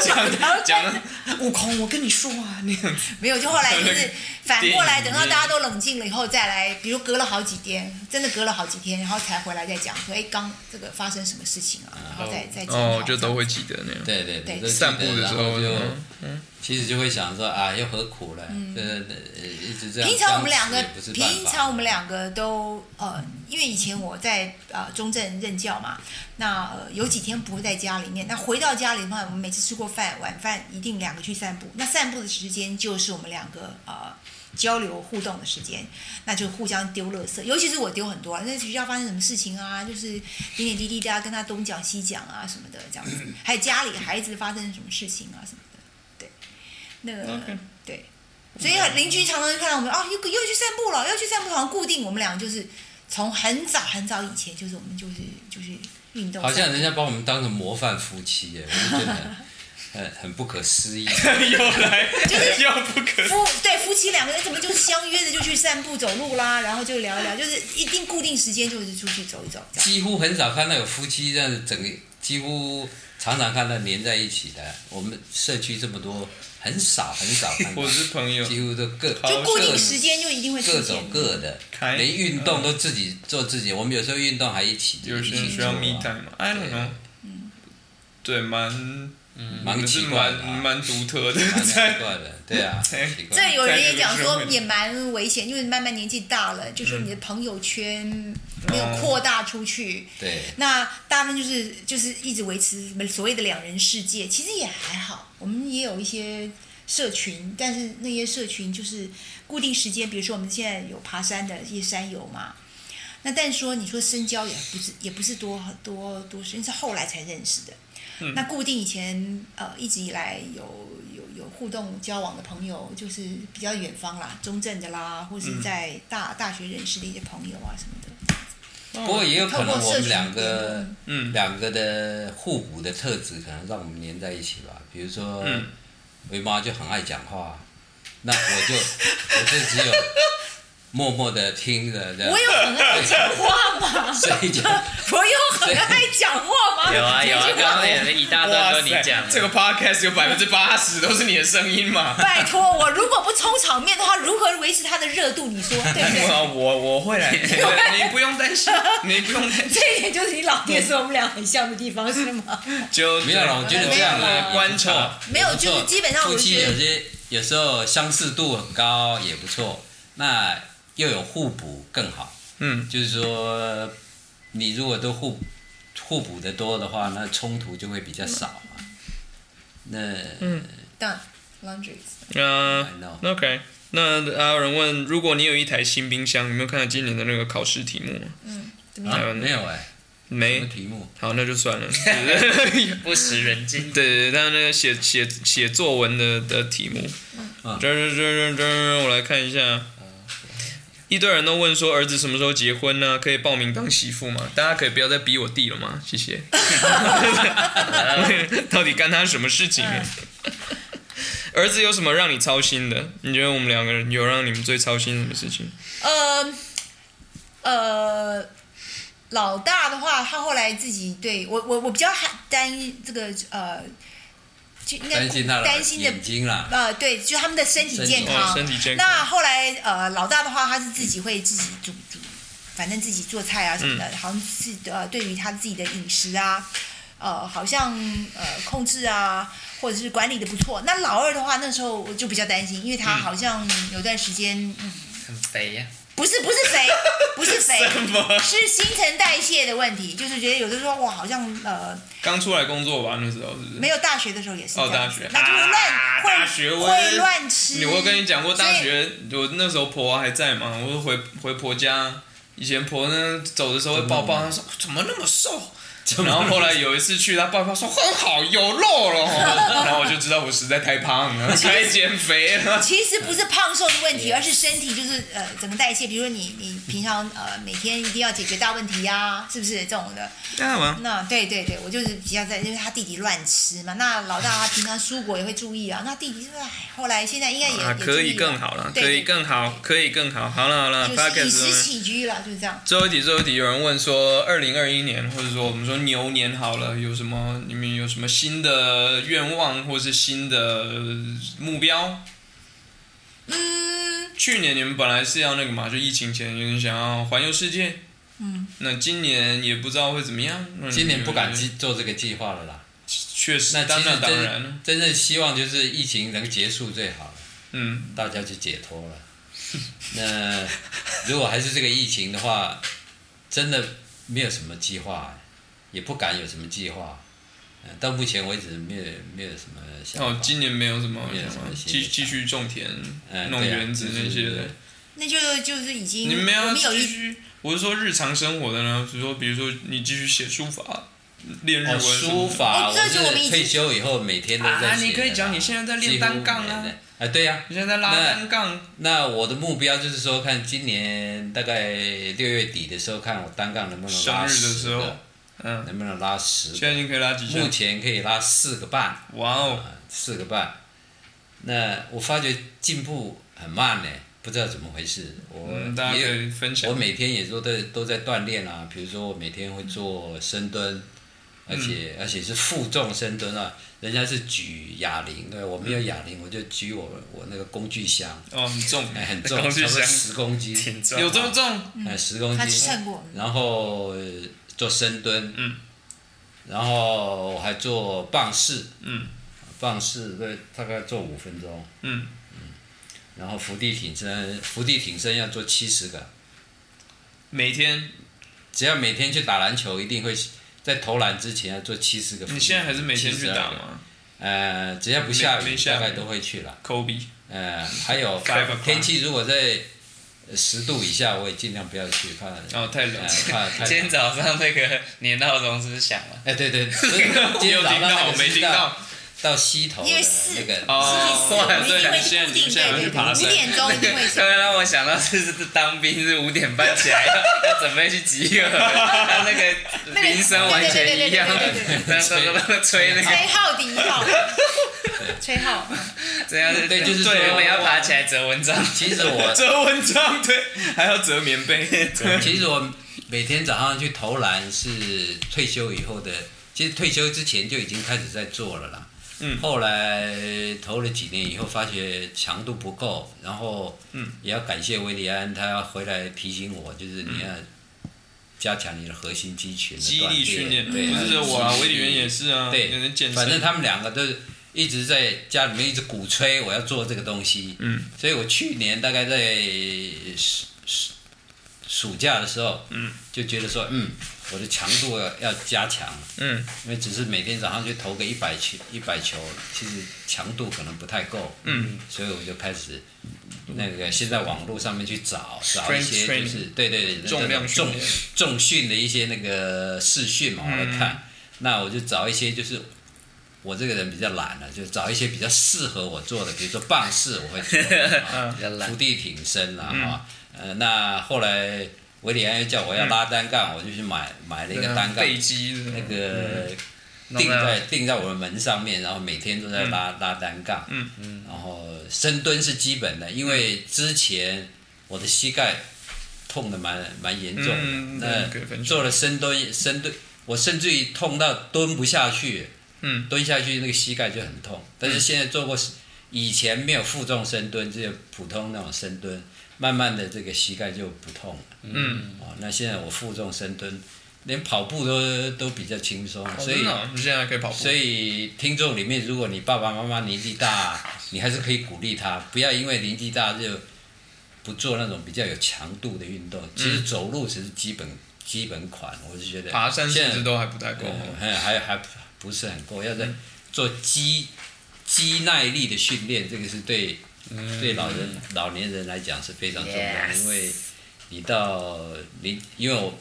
Speaker 1: 讲讲的悟空，我跟你说啊，那样子
Speaker 2: 没有，就后来就是反过来，
Speaker 1: 电影里面
Speaker 2: 等到大家都冷静了以后再来，比如隔了好几天，真的隔了好几天，然后才回来再讲说，哎，刚这个发生什么事情啊，然后再再讲好。
Speaker 1: 哦，就都会记得那样。
Speaker 3: 对对
Speaker 2: 对
Speaker 3: 都记得
Speaker 1: 散步的时
Speaker 3: 然后
Speaker 1: 候
Speaker 3: 就
Speaker 1: 嗯
Speaker 3: 其实就会想说啊，又何苦呢？呃，呃一直这样。
Speaker 2: 平常我们两个
Speaker 3: 这样子也不是，办法
Speaker 2: 平常我们两个都呃，因为以前我在呃中正任教嘛，那呃有几天不会在家里面。那回到家里的话，我们每次吃过饭，晚饭一定两个去散步。那散步的时间就是我们两个呃交流互动的时间，那就互相丢垃圾，尤其是我丢很多、啊，那学校发生什么事情啊，就是点点滴滴的、啊，跟他东讲西讲啊什么的这样 子，还有家里孩子发生什么事情啊什么的，对，那个
Speaker 1: OK
Speaker 2: 对。所以很邻居常常就看到我们啊，又又去散步了，又去散步，好像固定我们俩就是从很早很早以前，就是我们就是就是运动，
Speaker 3: 好像人家把我们当成模范夫妻耶，我就觉得很很很不可思 议。
Speaker 1: 又来，
Speaker 2: 就是
Speaker 1: 又不可
Speaker 2: 夫对夫妻两个人怎么就是相约的就去散步走路啦，然后就聊一聊，就是一定固定时间就是出去走一走这样。
Speaker 3: 几乎很少看到有夫妻这样子整个，几乎常常看到连在一起的。我们社区这么多，很少很少看到
Speaker 1: 我，是朋友，
Speaker 3: 几乎都各
Speaker 2: 就固定
Speaker 3: 各
Speaker 2: 时间就一定会出
Speaker 3: 各
Speaker 2: 现
Speaker 3: 走，各的，
Speaker 1: 开
Speaker 3: 连运动都自己做自己。我们有时候运动还一起，
Speaker 1: 有些
Speaker 3: 一
Speaker 1: 人
Speaker 3: 起
Speaker 1: 需
Speaker 3: 做
Speaker 1: 要
Speaker 3: 啊嗯
Speaker 1: me time 嘛，I don't know。对，蛮
Speaker 3: 蛮
Speaker 1: 是
Speaker 3: 奇怪
Speaker 1: 蛮
Speaker 3: 的啊，
Speaker 1: 蛮独特的，
Speaker 3: 蛮奇
Speaker 1: 在
Speaker 3: 怪的，对啊，
Speaker 1: 对
Speaker 3: 奇怪。
Speaker 2: 这有人也讲
Speaker 1: 在这个
Speaker 2: 说
Speaker 1: 社会嗯
Speaker 2: 也蛮危险，因为慢慢年纪大了，就说你的朋友圈没有
Speaker 1: 哦
Speaker 2: 扩大出去，
Speaker 3: 对，
Speaker 2: 那大部分就是就是一直维持所谓的两人世界，其实也还好。我们也有一些社群，但是那些社群就是固定时间，比如说我们现在有爬山的一些山友嘛。那但说你说深交也不是也不是多多多深，是后来才认识的。那固定以前呃一直以来有有有互动交往的朋友，就是比较远方啦，中正的啦，或是在大、大学认识的一些朋友啊什么的。嗯
Speaker 3: 不过也有可能我们两个
Speaker 1: 嗯
Speaker 3: 两个的互补的特质，可能让我们连在一起吧。比如说
Speaker 1: 嗯，
Speaker 3: 维妈就很爱讲话，那我就 我就只有默默的听着，这样
Speaker 2: 我有很爱讲话吗？
Speaker 3: 所 以就
Speaker 2: 我有很爱讲话吗？
Speaker 6: 有啊有啊，
Speaker 2: 这句
Speaker 6: 刚
Speaker 2: 话
Speaker 6: 刚也是一大段都你讲的，
Speaker 1: 这个 podcast 有百分之八十都是你的声音嘛。
Speaker 2: 拜托，我如果不冲场面的话，如何维持它的热度？你说对 不
Speaker 6: 啊
Speaker 3: 啊
Speaker 2: 对？
Speaker 1: 我我我会来， 你不用担心，你不用担心。
Speaker 2: 这一点就是你老爹说我们俩很像的地方，是吗？
Speaker 1: 就
Speaker 3: 没有了。我觉得这样
Speaker 2: 没有
Speaker 3: 呢
Speaker 2: 啦，
Speaker 1: 观察
Speaker 2: 没有，就是基本上
Speaker 3: 夫
Speaker 2: 我
Speaker 3: 妻
Speaker 2: 觉
Speaker 3: 有
Speaker 2: 得
Speaker 3: 些有时候相似度很高也不错，那又有互补更好。
Speaker 1: 嗯，
Speaker 3: 就是说，你如果都互互补的多的话，那冲突就会比较少嘛。那
Speaker 2: 当 laundry
Speaker 1: 嗯、
Speaker 3: I know
Speaker 1: o k 那还有人问，如果你有一台新冰箱，有没有看到今年的那个考试题目吗？
Speaker 2: 怎么
Speaker 3: 啊
Speaker 2: 样？
Speaker 1: 有
Speaker 3: 没有哎，什么
Speaker 1: 没，
Speaker 3: 题目？
Speaker 1: 好，那就算 了。
Speaker 6: 不食人间。
Speaker 1: 对对，对，他那个写写写作文的的题目，
Speaker 3: 嗯
Speaker 1: 这这这这这，我来看一下。一堆人都问说儿子什么时候结婚呢？可以报名当媳妇吗？大家可以不要再逼我弟了吗？谢谢。到底干他什么事情呢？儿子有什么让你操心的？你觉得我们两个人有让你们最操心什么事情？
Speaker 2: 呃呃，老大的话，他后来自己对我我我比较担这个呃，就应该
Speaker 3: 担心他的
Speaker 2: 担心的
Speaker 3: 眼睛啦，
Speaker 2: 呃，对，就他们的身体健康。
Speaker 1: 哦身体健康
Speaker 2: 那后来呃，老大的话，他是自己会自己煮
Speaker 1: 嗯
Speaker 2: 煮，反正自己做菜啊什么的，好像是呃，对于他自己的饮食啊，呃好像呃控制啊，或者是管理的不错。那老二的话，那时候我就比较担心，因为他好像有段时间、嗯
Speaker 6: 很肥呀、
Speaker 2: 不是不是 肥，不是肥，
Speaker 1: 什么
Speaker 2: 是新陈代谢的问题，就是觉得有的时候哇，好像呃
Speaker 1: 刚出来工作吧，那时候是不是？
Speaker 2: 没有大学的时候也是
Speaker 1: 哦
Speaker 2: 这样
Speaker 1: 大
Speaker 2: 子
Speaker 1: 学
Speaker 2: 那就是乱、
Speaker 1: 啊
Speaker 2: 会
Speaker 1: 大学我
Speaker 2: 会乱吃。
Speaker 1: 你我跟你讲过，大
Speaker 2: 所以
Speaker 1: 学我那时候婆还在嘛，我回回婆家，以前婆呢走的时候会抱抱，她说怎么那么瘦。然后后来有一次去，她爸爸说很好，有肉了哦。 然后我就知道我实在太胖了，该减肥了。
Speaker 2: 其实不是胖瘦的问题，而是身体就是呃整个代谢，比如说你你平常呃每天一定要解决大问题呀、是不是这种的？
Speaker 1: 干嘛？
Speaker 2: 那对对对，我就是比较在，因为他弟弟乱吃嘛，那老大他平常蔬果也会注意啊，那弟弟说哎，后来现在应该也、
Speaker 1: 啊，
Speaker 2: 也
Speaker 1: 可以
Speaker 2: 注意了
Speaker 1: 更好了，
Speaker 2: 对
Speaker 1: 可以更好，可以更好。好了好了
Speaker 2: 就是饮食
Speaker 1: ，Podcast
Speaker 2: 起居了，就是这样。
Speaker 1: 最后一题，最后一题，有人问说，二零二一年，或者说我们说牛年好了，有什么你们有什么新的愿望，或是新的目标？
Speaker 2: 嗯，
Speaker 1: 去年你们本来是要那个嘛，就疫情前有点想要环游世界，
Speaker 2: 嗯，
Speaker 1: 那今年也不知道会怎么样。那你
Speaker 3: 今年不敢
Speaker 1: 们
Speaker 3: 计做这个计划了啦。
Speaker 1: 确实，
Speaker 3: 那
Speaker 1: 当
Speaker 3: 其实
Speaker 1: 然当然，
Speaker 3: 真真正希望就是疫情能结束最好了，
Speaker 1: 嗯，
Speaker 3: 大家就解脱 了。那如果还是这个疫情的话，真的没有什么计划，也不敢有什么计划。呃到目前为止没有没有什么想
Speaker 1: 哦，
Speaker 3: 法。
Speaker 1: 今年没有什么
Speaker 3: 没有
Speaker 1: 什
Speaker 3: 什么
Speaker 1: 么
Speaker 3: 新
Speaker 1: 继
Speaker 3: 的
Speaker 1: 继续种田、
Speaker 3: 嗯
Speaker 1: 弄
Speaker 3: 对啊
Speaker 1: 园子
Speaker 3: 就是
Speaker 1: 那些的。
Speaker 2: 那就就是已经
Speaker 1: 你们
Speaker 2: 我
Speaker 1: 要
Speaker 2: 们有
Speaker 1: 继
Speaker 2: 一
Speaker 1: 续，我是说日常生活的呢，比如说比如说你继续写书法、练日
Speaker 3: 哦，
Speaker 1: 文什么的。
Speaker 3: 书法，
Speaker 2: 哦
Speaker 3: 我
Speaker 2: 这就我们已经
Speaker 3: 是退休以后每天都在
Speaker 1: 啊，
Speaker 3: 写
Speaker 1: 你可以
Speaker 3: 的
Speaker 1: 讲
Speaker 3: 啦
Speaker 1: 你现在在练
Speaker 3: 几乎
Speaker 1: 单杠啊
Speaker 3: 每，天啊，对呀、
Speaker 1: 你现在在拉
Speaker 3: 那
Speaker 1: 单杠，
Speaker 3: 那我的目标就是说，看今年大概六月底的时候，看我单杠能不能
Speaker 1: 生
Speaker 3: 拉
Speaker 1: 日的
Speaker 3: 十
Speaker 1: 时候
Speaker 3: 个，
Speaker 1: 嗯，
Speaker 3: 能不能拉十
Speaker 1: 现在
Speaker 3: 个。
Speaker 1: 已经可以拉几
Speaker 3: 目
Speaker 1: 下？
Speaker 3: 前可以拉四个半，
Speaker 1: 哇哦，
Speaker 3: 啊，四个半。那我发觉进步很慢呢，不知道怎么回事。我
Speaker 1: 嗯，大家可
Speaker 3: 也
Speaker 1: 以分享
Speaker 3: 我。每天也都在都在锻炼啊，比如说我每天会做深
Speaker 1: 嗯
Speaker 3: 蹲，而且、而且是负重深蹲啊，人家是举哑铃，对，我没有哑
Speaker 1: 嗯
Speaker 3: 铃，我就举我我那个工具箱，
Speaker 1: 哦，很重，
Speaker 3: 哎，很重，
Speaker 1: 工具
Speaker 3: 差不多
Speaker 1: 箱
Speaker 3: 十公斤，
Speaker 6: 挺重
Speaker 1: 有这么重？
Speaker 3: 哎，十公
Speaker 2: 他
Speaker 3: 斤，
Speaker 2: 称过，
Speaker 3: 然后呃做深蹲，
Speaker 1: 嗯，
Speaker 3: 然后我还做棒式，
Speaker 1: 嗯，
Speaker 3: 棒式对，大概做五分钟，
Speaker 1: 嗯，
Speaker 3: 然后伏地挺身，伏地挺身要做七十个，
Speaker 1: 每天，
Speaker 3: 只要每天去打篮球，一定会在投篮之前要做七十个伏地。
Speaker 1: 你现在还是每天去打
Speaker 3: 72个？
Speaker 1: 吗
Speaker 3: 呃，只要不下
Speaker 1: 没没
Speaker 3: 雨，
Speaker 1: 下雨
Speaker 3: 大概都会去了。
Speaker 1: ？Kobe，
Speaker 3: 呃，还有
Speaker 1: Five o'clock
Speaker 3: 天气如果在十度以下，我也尽量不要去，怕
Speaker 1: 哦，太冷
Speaker 3: 呃
Speaker 1: 了。
Speaker 3: 怕太
Speaker 6: 今
Speaker 3: 冷
Speaker 6: 天。早上那个你的闹钟是不是响了？
Speaker 3: 哎，对 对，今
Speaker 1: 你有
Speaker 3: 天早
Speaker 1: 听
Speaker 3: 上那
Speaker 1: 到？
Speaker 3: 个
Speaker 1: 我没
Speaker 3: 是
Speaker 1: 听
Speaker 3: 到
Speaker 1: 到。
Speaker 3: 到西头的
Speaker 2: 因为四
Speaker 3: 那个，
Speaker 1: 哦，
Speaker 2: 我们一定
Speaker 1: 对，
Speaker 2: 会
Speaker 1: 你现在
Speaker 2: 固
Speaker 1: 你
Speaker 2: 定
Speaker 1: 现在
Speaker 2: 对
Speaker 1: 去
Speaker 2: 对
Speaker 1: 爬
Speaker 2: 对，五
Speaker 1: 山。
Speaker 2: 点钟一定会
Speaker 6: 突然让我想到是是当兵是五点半起来要要准备去集合，他那个铃声完全一样，
Speaker 2: 对对对对
Speaker 6: 那时候吹那个，
Speaker 2: 吹号第一号，吹号，
Speaker 6: 这样是
Speaker 3: 对就是说
Speaker 6: 我们要爬起来折蚊帐，
Speaker 3: 其实我
Speaker 1: 折蚊帐，对，还要折棉被。
Speaker 3: 其实我每天早上去投篮是退休以后的，其实退休之前就已经开始在做了啦。
Speaker 1: 嗯
Speaker 3: 后来投了几年以后，发觉强度不够，然后
Speaker 1: 嗯
Speaker 3: 也要感谢维里安，他要回来提醒我，就是你要加强你的核心肌群的
Speaker 1: 激
Speaker 3: 锻
Speaker 1: 励训练，
Speaker 3: 对，
Speaker 1: 不是我啊，
Speaker 3: 激
Speaker 1: 维
Speaker 3: 励
Speaker 1: 里员也是啊，
Speaker 3: 对
Speaker 1: 有人健身。
Speaker 3: 反正他们两个都是一直在家里面一直鼓吹我要做这个东西，
Speaker 1: 嗯，
Speaker 3: 所以我去年大概在暑暑暑假的时候，
Speaker 1: 嗯，
Speaker 3: 就觉得说，嗯，我的强度要要加强，
Speaker 1: 嗯
Speaker 3: 因为只是每天早上去投个一百球，一百球，其实强度可能不太够，
Speaker 1: 嗯，
Speaker 3: 所以我就开始。那个现在网络上面去找找
Speaker 1: Strength
Speaker 3: 一些就是
Speaker 1: training
Speaker 3: 对对对
Speaker 1: 重量训
Speaker 3: 重
Speaker 1: 练
Speaker 3: 重训的一些那个视讯嘛，我来看，那我就找一些就是我这个人比较懒了，就找一些比较适合我做的，比如说棒式我会做啊，
Speaker 6: 比较懒
Speaker 3: 伏地挺身啦哈，呃，那后来维里安又叫我要拉单杠，我就去买买了一个单杠，
Speaker 1: 啊背肌的
Speaker 3: 那个
Speaker 1: 嗯
Speaker 6: 弄
Speaker 3: 定
Speaker 6: 到
Speaker 3: 在定在我的门上面，然后每天都在拉拉单杠，
Speaker 1: 嗯
Speaker 3: 嗯，然后深蹲是基本的，因为之前我的膝盖痛的蛮蛮严重的，
Speaker 1: 嗯对可以分
Speaker 3: 那
Speaker 1: 享
Speaker 3: 做了深蹲深蹲，我甚至于痛到蹲不下去，
Speaker 1: 嗯，
Speaker 3: 蹲下去那个膝盖就很痛，但是现在做过，以前没有负重深蹲，只有普通那种深蹲，慢慢的这个膝盖就不痛了，
Speaker 1: 嗯
Speaker 3: 哦，那现在我负重深蹲连跑步都都比较轻松，嗯所
Speaker 1: 真
Speaker 3: 以
Speaker 1: 的哦你现在可以跑步，
Speaker 3: 所以听众里面，如果你爸爸妈妈年纪大，你还是可以鼓励他，不要因为年纪大就不做那种比较有强度的运动。其实走路只是基本基本款，我是觉
Speaker 1: 嗯
Speaker 3: 得
Speaker 1: 爬山
Speaker 3: 现
Speaker 1: 甚
Speaker 3: 在
Speaker 1: 至都还不太够。
Speaker 3: 嗯还还还不是很够，要在做肌肌耐力的训练，这个是对、对老人老年人来讲是非常重要
Speaker 2: Yes
Speaker 3: 因为你到你因为我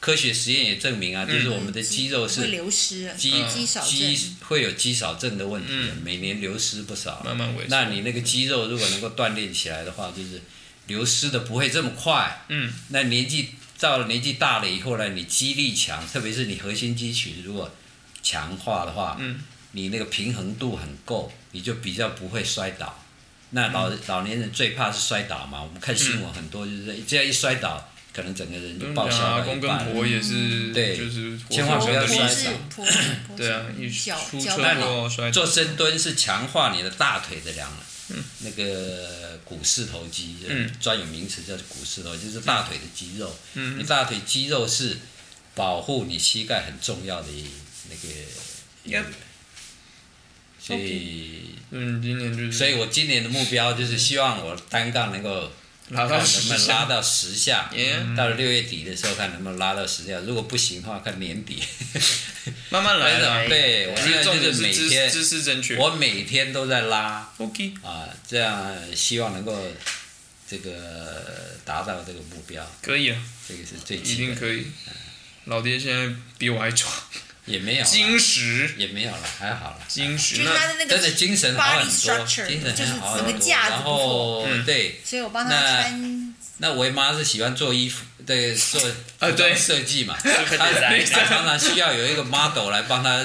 Speaker 3: 科学实验也证明啊，
Speaker 2: 嗯
Speaker 3: 就是我们的肌肉
Speaker 2: 会
Speaker 3: 是
Speaker 2: 流失了，
Speaker 3: 肌
Speaker 2: 肌少症
Speaker 3: 肌。会有肌少症的问题的，
Speaker 1: 嗯
Speaker 3: 每年流失不少。
Speaker 1: 慢慢萎缩
Speaker 3: 那你那个肌肉如果能够锻炼起来的话，就是流失的不会这么快。
Speaker 1: 嗯，
Speaker 3: 那年纪到了年纪大了以后呢，你肌力强，特别是你核心肌群如果强化的话，
Speaker 1: 嗯，
Speaker 3: 你那个平衡度很够，你就比较不会摔倒。那老、
Speaker 1: 嗯
Speaker 3: 老年人最怕是摔倒嘛，我们看新闻很多就是这样一摔倒，可能整个人就
Speaker 1: 跟
Speaker 3: 报销
Speaker 1: 啊阿
Speaker 3: 了
Speaker 1: 嗯公
Speaker 3: 一
Speaker 1: 跟
Speaker 3: 半。
Speaker 1: 婆也是，
Speaker 3: 对
Speaker 1: 就是
Speaker 3: 千万
Speaker 1: 活
Speaker 3: 不要
Speaker 1: 生生
Speaker 3: 摔
Speaker 1: 的
Speaker 2: 婆
Speaker 1: 例
Speaker 2: 是
Speaker 1: 子
Speaker 2: 婆是
Speaker 3: 倒
Speaker 2: 婆
Speaker 1: 对啊，
Speaker 2: 是
Speaker 1: 一
Speaker 2: 脚
Speaker 1: 出车
Speaker 2: 脚不好
Speaker 1: 祸摔倒
Speaker 3: 做，深蹲是强化你的大腿的两、那个股四头肌，
Speaker 1: 嗯
Speaker 3: 专有名词叫股四头，就是大腿的肌肉。
Speaker 1: 嗯
Speaker 3: 你大腿肌肉是保护你膝盖很重要的一那个一个
Speaker 1: Yep
Speaker 3: 所以
Speaker 1: 嗯，今年就是
Speaker 3: 所以我今年的目标就是希望我单杠能够
Speaker 1: 拿
Speaker 3: 看
Speaker 1: 到
Speaker 3: 能
Speaker 1: 十
Speaker 3: 不能
Speaker 1: 下
Speaker 3: 拉到十下
Speaker 1: Yeah
Speaker 3: 到了六月底的时候看能不能拉到十下，如果不行的话看年底。
Speaker 1: 慢慢来啦。
Speaker 3: 对，我
Speaker 1: 我
Speaker 3: 现
Speaker 1: 觉
Speaker 3: 在
Speaker 1: 得重
Speaker 3: 就
Speaker 1: 点
Speaker 3: 是
Speaker 1: 是
Speaker 3: 每
Speaker 1: 姿
Speaker 3: 天
Speaker 1: 姿势正确。
Speaker 3: 我每天都在拉。
Speaker 1: OK，
Speaker 3: 啊，这样希望能够这个达到这个目标，
Speaker 1: 可以了，
Speaker 3: 这个是最
Speaker 1: 一
Speaker 3: 基
Speaker 1: 定
Speaker 3: 本的。
Speaker 1: 可以。老爹现在比我还 壮，
Speaker 3: 也没有啦，啊
Speaker 1: 金石，
Speaker 3: 也没有了，还好了。
Speaker 1: 金石。
Speaker 2: 就是他
Speaker 1: 那
Speaker 2: 的那个
Speaker 3: 真的精神好很
Speaker 2: body
Speaker 3: 多，
Speaker 2: structure，
Speaker 3: 精神
Speaker 2: 就
Speaker 3: 很
Speaker 2: 是
Speaker 3: 好
Speaker 2: 整
Speaker 3: 很
Speaker 2: 个
Speaker 3: 多。
Speaker 2: 架子
Speaker 3: 然
Speaker 2: 不错，
Speaker 3: 后
Speaker 1: 嗯
Speaker 3: 对，
Speaker 2: 所以我帮他
Speaker 3: 那
Speaker 2: 穿
Speaker 3: 那维妈是喜欢做衣服，对，做
Speaker 1: 啊
Speaker 3: 服
Speaker 1: 对
Speaker 3: 装设计嘛，她她常常需要有一个 model 来帮她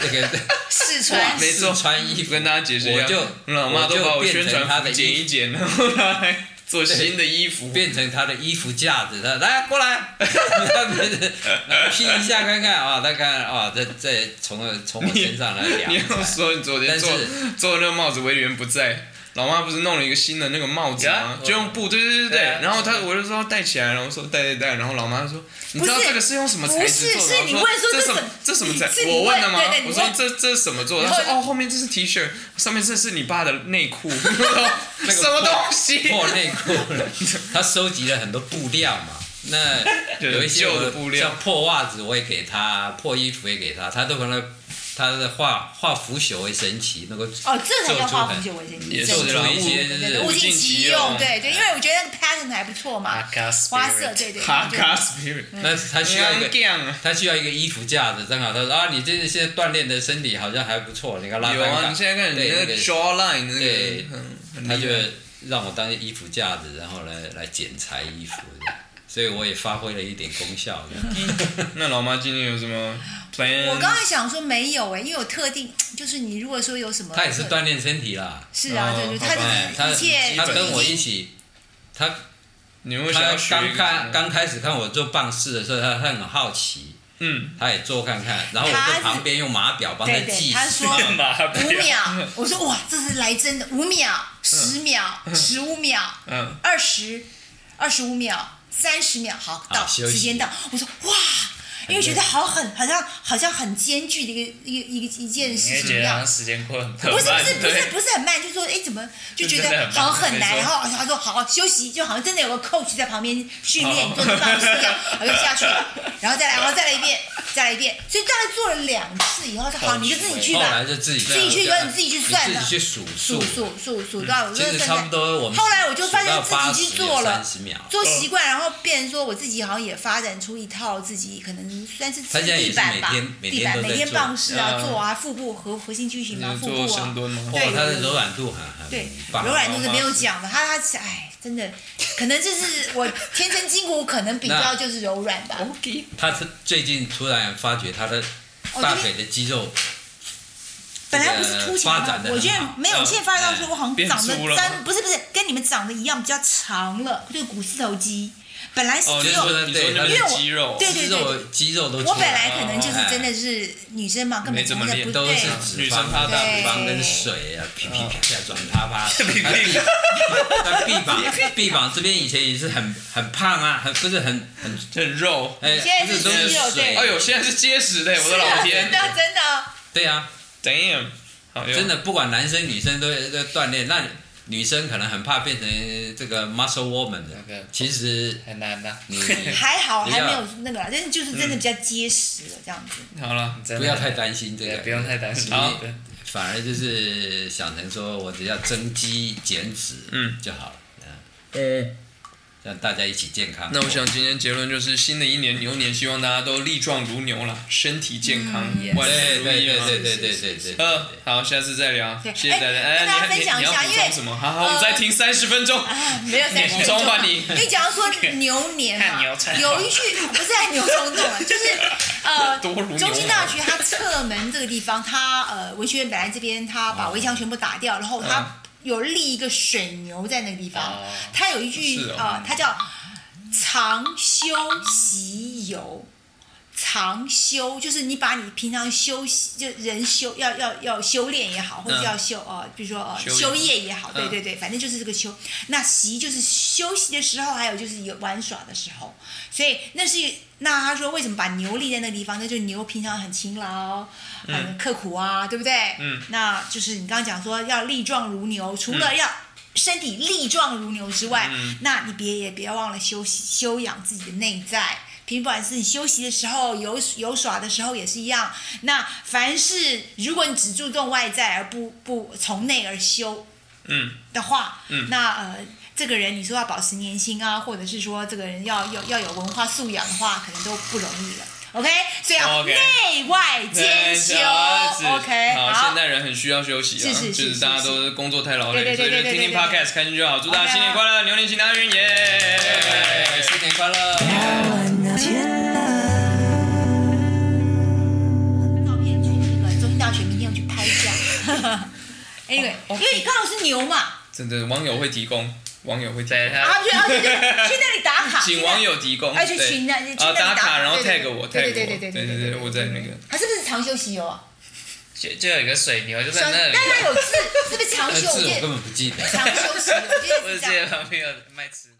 Speaker 3: 这个
Speaker 2: 试穿，
Speaker 1: 没错
Speaker 3: 试穿衣服。
Speaker 1: 跟大家解释一下，
Speaker 3: 我就
Speaker 1: 我老妈都把
Speaker 3: 我就
Speaker 1: 宣
Speaker 3: 变成
Speaker 1: 传
Speaker 3: 她
Speaker 1: 服
Speaker 3: 的
Speaker 1: 剪一
Speaker 3: 衣
Speaker 1: 剪，然后拿来做新的衣服。
Speaker 3: 变成他的衣服架子，他来过来，来拼一下看看啊，他看啊，这这从我从我身上来 量
Speaker 1: 你
Speaker 3: 一
Speaker 1: 要
Speaker 3: 下，
Speaker 1: 说你昨天做
Speaker 3: 但是
Speaker 1: 做那个帽子，维园不在，老妈不是弄了一个新的那个帽子吗？
Speaker 3: 呀
Speaker 1: 就用布，对对对对。
Speaker 3: 对啊
Speaker 1: 然后她我就说戴起来，然后说戴戴戴，然后老妈说，你知道
Speaker 2: 不是
Speaker 1: 这个是用什么材质
Speaker 2: 不
Speaker 1: 做
Speaker 2: 是
Speaker 1: 的？
Speaker 2: 是
Speaker 1: 我
Speaker 2: 你问说
Speaker 1: 这
Speaker 2: 这
Speaker 1: 什么
Speaker 2: 什
Speaker 1: 这什么材？
Speaker 2: 是你
Speaker 1: 我问的吗
Speaker 2: 问对？对
Speaker 1: 我
Speaker 2: 你
Speaker 1: 说
Speaker 2: 问
Speaker 1: 这这是什么做的？
Speaker 2: 然
Speaker 1: 她
Speaker 2: 后
Speaker 1: 说哦，后面这是 T 恤，上面这是你爸的内裤， 什么东 西？
Speaker 3: 破内裤了，他收集了很多布料嘛。那
Speaker 1: 就是
Speaker 3: 有一些
Speaker 1: 旧的
Speaker 3: 我
Speaker 1: 布料
Speaker 3: 像破袜子我也给他，破衣服也给他，他都可能他的化化腐朽为神奇，能够
Speaker 2: 哦，这才叫
Speaker 3: 做出
Speaker 2: 化
Speaker 3: 很
Speaker 2: 腐朽为神奇，
Speaker 1: 也
Speaker 3: 做
Speaker 1: 是
Speaker 3: 出
Speaker 1: 啦
Speaker 3: 一些就
Speaker 2: 对对
Speaker 3: 是
Speaker 2: 对，物尽其用，对对，因为我觉得那个 pattern 还不错嘛，花色，对对，
Speaker 1: 哈
Speaker 2: 对
Speaker 1: 卡 spirit，
Speaker 3: 那他需要一个
Speaker 1: 娘酱啊！
Speaker 3: 他需要一个衣服架子，正好他说啊，你这现在锻炼的身体好像还不错，你看拉
Speaker 1: 有
Speaker 3: 杆
Speaker 1: 啊，
Speaker 3: 杆
Speaker 1: 你现在看你
Speaker 3: 对
Speaker 1: 那个
Speaker 3: 个
Speaker 1: jawline 那个
Speaker 3: 对，
Speaker 1: 嗯
Speaker 3: 他
Speaker 1: 很
Speaker 3: 就
Speaker 1: 厉害。
Speaker 3: 让我当衣服架子，然后来来剪裁衣服这样，所以我也发挥了一点功效。
Speaker 1: 那老妈今天有什么 plan？
Speaker 2: 我刚才想说没有哎，因为我特定就是你如果说有什么，
Speaker 3: 他也是锻炼身体啦，
Speaker 2: 是啊，对对，
Speaker 1: 哦
Speaker 2: 他就
Speaker 3: 哎，他
Speaker 2: 是一切
Speaker 3: 他跟我
Speaker 2: 已
Speaker 3: 一
Speaker 2: 经
Speaker 3: 起，他
Speaker 1: 你会想
Speaker 3: 他
Speaker 1: 要学一
Speaker 3: 刚
Speaker 1: 个
Speaker 3: 看刚开始看我做棒式的时候，他他很好奇，
Speaker 1: 嗯，
Speaker 3: 他也做看看，然后我
Speaker 2: 他
Speaker 3: 在
Speaker 2: 是
Speaker 3: 旁边用码表帮
Speaker 2: 对对，
Speaker 3: 计
Speaker 2: 他
Speaker 3: 时
Speaker 2: 说。
Speaker 6: 马
Speaker 2: 五秒，我说哇，这是来真的，五秒、
Speaker 6: 嗯
Speaker 2: 十秒、十五秒、
Speaker 1: 嗯，
Speaker 2: 二十、二十五秒、三十秒，好
Speaker 6: 啊
Speaker 2: 到
Speaker 3: 休息
Speaker 2: 时间到，我说哇。因为觉得好很，好像好像很艰巨的一个一个一个一件
Speaker 6: 你会
Speaker 2: 事情
Speaker 6: 觉
Speaker 2: 一
Speaker 6: 得好
Speaker 2: 样
Speaker 6: 像，时间过得很慢，
Speaker 2: 不是不是不是
Speaker 6: 对
Speaker 2: 不是很慢，就说哎怎么就觉
Speaker 6: 真
Speaker 2: 得
Speaker 6: 的很慢
Speaker 2: 好像很难，
Speaker 6: 没
Speaker 2: 然
Speaker 6: 错
Speaker 2: 后他说好休息，就好像真的有个 coach 在旁边训练你做这棒式 一样，我就下去，然后再来，然后再来一遍，再来一遍，所以大概做了两次以后，他说好你就自己去
Speaker 3: 后
Speaker 2: 吧，
Speaker 3: 来就自己
Speaker 2: 自己去
Speaker 3: 算
Speaker 2: 你自己去算
Speaker 3: 你
Speaker 2: 的
Speaker 3: 自己去数嗯
Speaker 2: 数数数数到我
Speaker 3: 其
Speaker 2: 真
Speaker 3: 实
Speaker 2: 的
Speaker 3: 差不多我们
Speaker 2: 后来我就发现自己去做了
Speaker 3: 三，十秒。
Speaker 2: 做
Speaker 1: 嗯
Speaker 2: 习惯，然后变成说我自己好像也发展出一套自己可能算是
Speaker 3: 他现在也
Speaker 2: 地
Speaker 3: 是
Speaker 2: 板吧
Speaker 3: 每天，每天
Speaker 2: 地板
Speaker 3: 都在
Speaker 2: 每天
Speaker 3: 做
Speaker 2: 棒式啊
Speaker 1: 嗯
Speaker 2: 做啊，腹部核核心肌群啊，
Speaker 1: 你嗯
Speaker 2: 腹
Speaker 1: 做
Speaker 2: 部啊
Speaker 1: 深，蹲吗？
Speaker 3: 哇
Speaker 2: 对，
Speaker 3: 他的柔软度很很
Speaker 2: 对，
Speaker 3: 棒
Speaker 2: 柔软度是没有讲的，他他哎，真的，可能就是我天生筋骨可能比较
Speaker 3: 那
Speaker 2: 就是柔软吧。
Speaker 3: 他是最近突然发觉他的
Speaker 2: 哦
Speaker 3: 大
Speaker 2: 对
Speaker 3: 腿的肌肉
Speaker 2: 本来不是凸起来
Speaker 3: 发展得
Speaker 2: 我觉得
Speaker 3: 很好
Speaker 2: 没有，
Speaker 3: 嗯
Speaker 2: 现在发现到说我好像
Speaker 1: 变
Speaker 2: 长
Speaker 1: 粗
Speaker 2: 得
Speaker 1: 了吗
Speaker 2: 长，不是不是，跟你们长得一样，比较长了，就是股四头肌。本来是
Speaker 1: 哦，
Speaker 2: 只
Speaker 1: 你
Speaker 2: 有、
Speaker 1: 说你说那
Speaker 2: 因为
Speaker 1: 边
Speaker 2: 我
Speaker 1: 肌肉，
Speaker 2: 对
Speaker 3: 肌肉肌肉都
Speaker 2: 我
Speaker 3: 出
Speaker 2: 本
Speaker 3: 来
Speaker 2: 来可能就是真的是女生嘛，根
Speaker 1: 哦哎
Speaker 2: 本
Speaker 1: 没怎么
Speaker 2: 真的
Speaker 1: 练
Speaker 2: 不
Speaker 3: 都是
Speaker 2: 对。
Speaker 3: 脂
Speaker 1: 女
Speaker 3: 肪
Speaker 1: 生怕大
Speaker 2: 对
Speaker 3: 脂肪跟水啊，噼噼啪啪转啪啪。
Speaker 1: 比例
Speaker 3: 但臂膀臂膀这边以前也是很很胖啊，很不是很很
Speaker 1: 很肉。
Speaker 3: 哎，
Speaker 2: 现在
Speaker 3: 不
Speaker 2: 是
Speaker 3: 是都
Speaker 2: 肌肉对
Speaker 3: 水
Speaker 1: 哎呦，现在是结实的，我
Speaker 2: 是
Speaker 1: 的
Speaker 2: 啊
Speaker 1: 老
Speaker 2: 真
Speaker 1: 天
Speaker 2: 的真的，
Speaker 3: 对啊，
Speaker 1: ，damn，好用
Speaker 3: 真的不管男生女生都在锻炼。那女生可能很怕变成这个 muscle woman 的
Speaker 6: 那个，
Speaker 3: 其实
Speaker 6: 很难的，
Speaker 3: 你
Speaker 1: 嗯
Speaker 2: 还好
Speaker 3: 不
Speaker 2: 还
Speaker 3: 要
Speaker 2: 没有那个啦，但是就是真的比较结实了这样子。
Speaker 1: 好了，
Speaker 6: 真的
Speaker 3: 不要太担心这
Speaker 6: 对
Speaker 3: 个，
Speaker 6: 不用太担心。
Speaker 1: 好
Speaker 6: 对
Speaker 3: 反而就是想成说我只要增肌减脂，
Speaker 1: 嗯
Speaker 3: 就好了，嗯，
Speaker 1: 嗯，
Speaker 3: 让大家一起健康。
Speaker 1: 那我想今天结论就是，新的一年牛年，希望大家都力壮如牛啦，身体健康，
Speaker 2: 嗯
Speaker 1: 万事
Speaker 3: 对
Speaker 1: 如
Speaker 3: 对
Speaker 1: 意啊
Speaker 3: 对
Speaker 1: 嘛。
Speaker 3: 对对对对对对，
Speaker 1: 呃，好，下次再聊，
Speaker 2: 对
Speaker 1: 谢谢大家。哎，
Speaker 2: 哎跟大家
Speaker 1: 你
Speaker 2: 分享一
Speaker 1: 你
Speaker 2: 下
Speaker 1: 你要补
Speaker 2: 因为呃
Speaker 1: 充什么？好好，我们再停三十分钟。
Speaker 2: 啊，没有三
Speaker 1: 补
Speaker 2: 十
Speaker 1: 充吧你
Speaker 2: 你讲 到说牛年嘛
Speaker 6: 看牛吃，
Speaker 2: 有一句不是在牛冲动啊，就是呃，
Speaker 1: 多如牛
Speaker 2: 中兴大学它侧门这个地方，它呃文学院本来这边它把围墙全部打掉，然后
Speaker 1: 嗯
Speaker 2: 它有立一个水牛在那个地方
Speaker 6: 哦，
Speaker 2: 它有一句
Speaker 1: 是哦
Speaker 2: 呃，它叫长修习游。常修就是你把你平常休息，就人修要要要修炼也好，或者
Speaker 1: 嗯
Speaker 2: 要修呃，比如说呃
Speaker 1: 修
Speaker 2: 修
Speaker 1: 养
Speaker 2: 业也好，对
Speaker 1: 嗯
Speaker 2: 对对，反正就是这个修。那习就是休息的时候，还有就是有玩耍的时候，所以那是那他说为什么把牛立在那个地方？那就是牛平常很勤劳，很刻苦啊，对不对？
Speaker 1: 嗯，
Speaker 2: 那就是你刚刚讲说要力壮如牛，除了要。身体力壮如牛之外，那你别也别忘了休息修养自己的内在。平管是你休息的时候、游游耍的时候也是一样。那凡是如果你只注重外在而不不从内而修，
Speaker 1: 嗯，
Speaker 2: 的话，
Speaker 1: 嗯
Speaker 2: 那呃，这个人你说要保持年轻啊，或者是说这个人要要要有文化素养的话，可能都不容易了。OK，所以要
Speaker 1: OK
Speaker 2: 内外兼修。OK，
Speaker 1: 好，现代人很需要休息啊，
Speaker 2: 是是是
Speaker 1: 就是大家都工作太劳
Speaker 2: 对
Speaker 1: 累，
Speaker 2: 对
Speaker 1: 所
Speaker 2: 对
Speaker 1: 以就
Speaker 2: 对对
Speaker 1: 听听
Speaker 2: 对对
Speaker 1: podcast 开心就好。祝大家
Speaker 2: OK 啊
Speaker 1: 新年快乐，牛年行大运，耶！
Speaker 3: 哎新年快乐！
Speaker 2: 照片去那个中兴大学，明天要去拍一下。anyway，因
Speaker 1: 哦
Speaker 2: 为你刚好是牛嘛，
Speaker 1: 真的，网友会提供，网友会提
Speaker 6: 对
Speaker 1: 供，
Speaker 2: 啊，
Speaker 6: 他，
Speaker 2: 去啊去去去那里打 卡，去
Speaker 1: 请
Speaker 2: 那
Speaker 1: 网友提供，
Speaker 2: 哎去
Speaker 1: 对
Speaker 2: 群那去那
Speaker 1: 啊
Speaker 2: 里
Speaker 1: 打
Speaker 2: 打
Speaker 1: 卡，
Speaker 2: 卡
Speaker 1: 然后
Speaker 2: 对
Speaker 1: tag
Speaker 2: 对
Speaker 1: 我，tag 我，对
Speaker 2: 对对对
Speaker 1: 对
Speaker 2: 对对对对
Speaker 1: 我在那个
Speaker 2: 他是不是长袖喜油啊？
Speaker 6: 就就有一个水牛就在
Speaker 2: 长，
Speaker 6: 那
Speaker 2: 但
Speaker 6: 里，
Speaker 2: 他有字，是不是长
Speaker 3: 那
Speaker 2: 袖？我
Speaker 3: 字
Speaker 2: 记
Speaker 3: 呃我
Speaker 2: 得
Speaker 3: 根本不记得。
Speaker 2: 长袖喜油，我记得
Speaker 6: 我
Speaker 2: 是这
Speaker 6: 就
Speaker 2: 样
Speaker 6: 记。得旁边有卖吃的。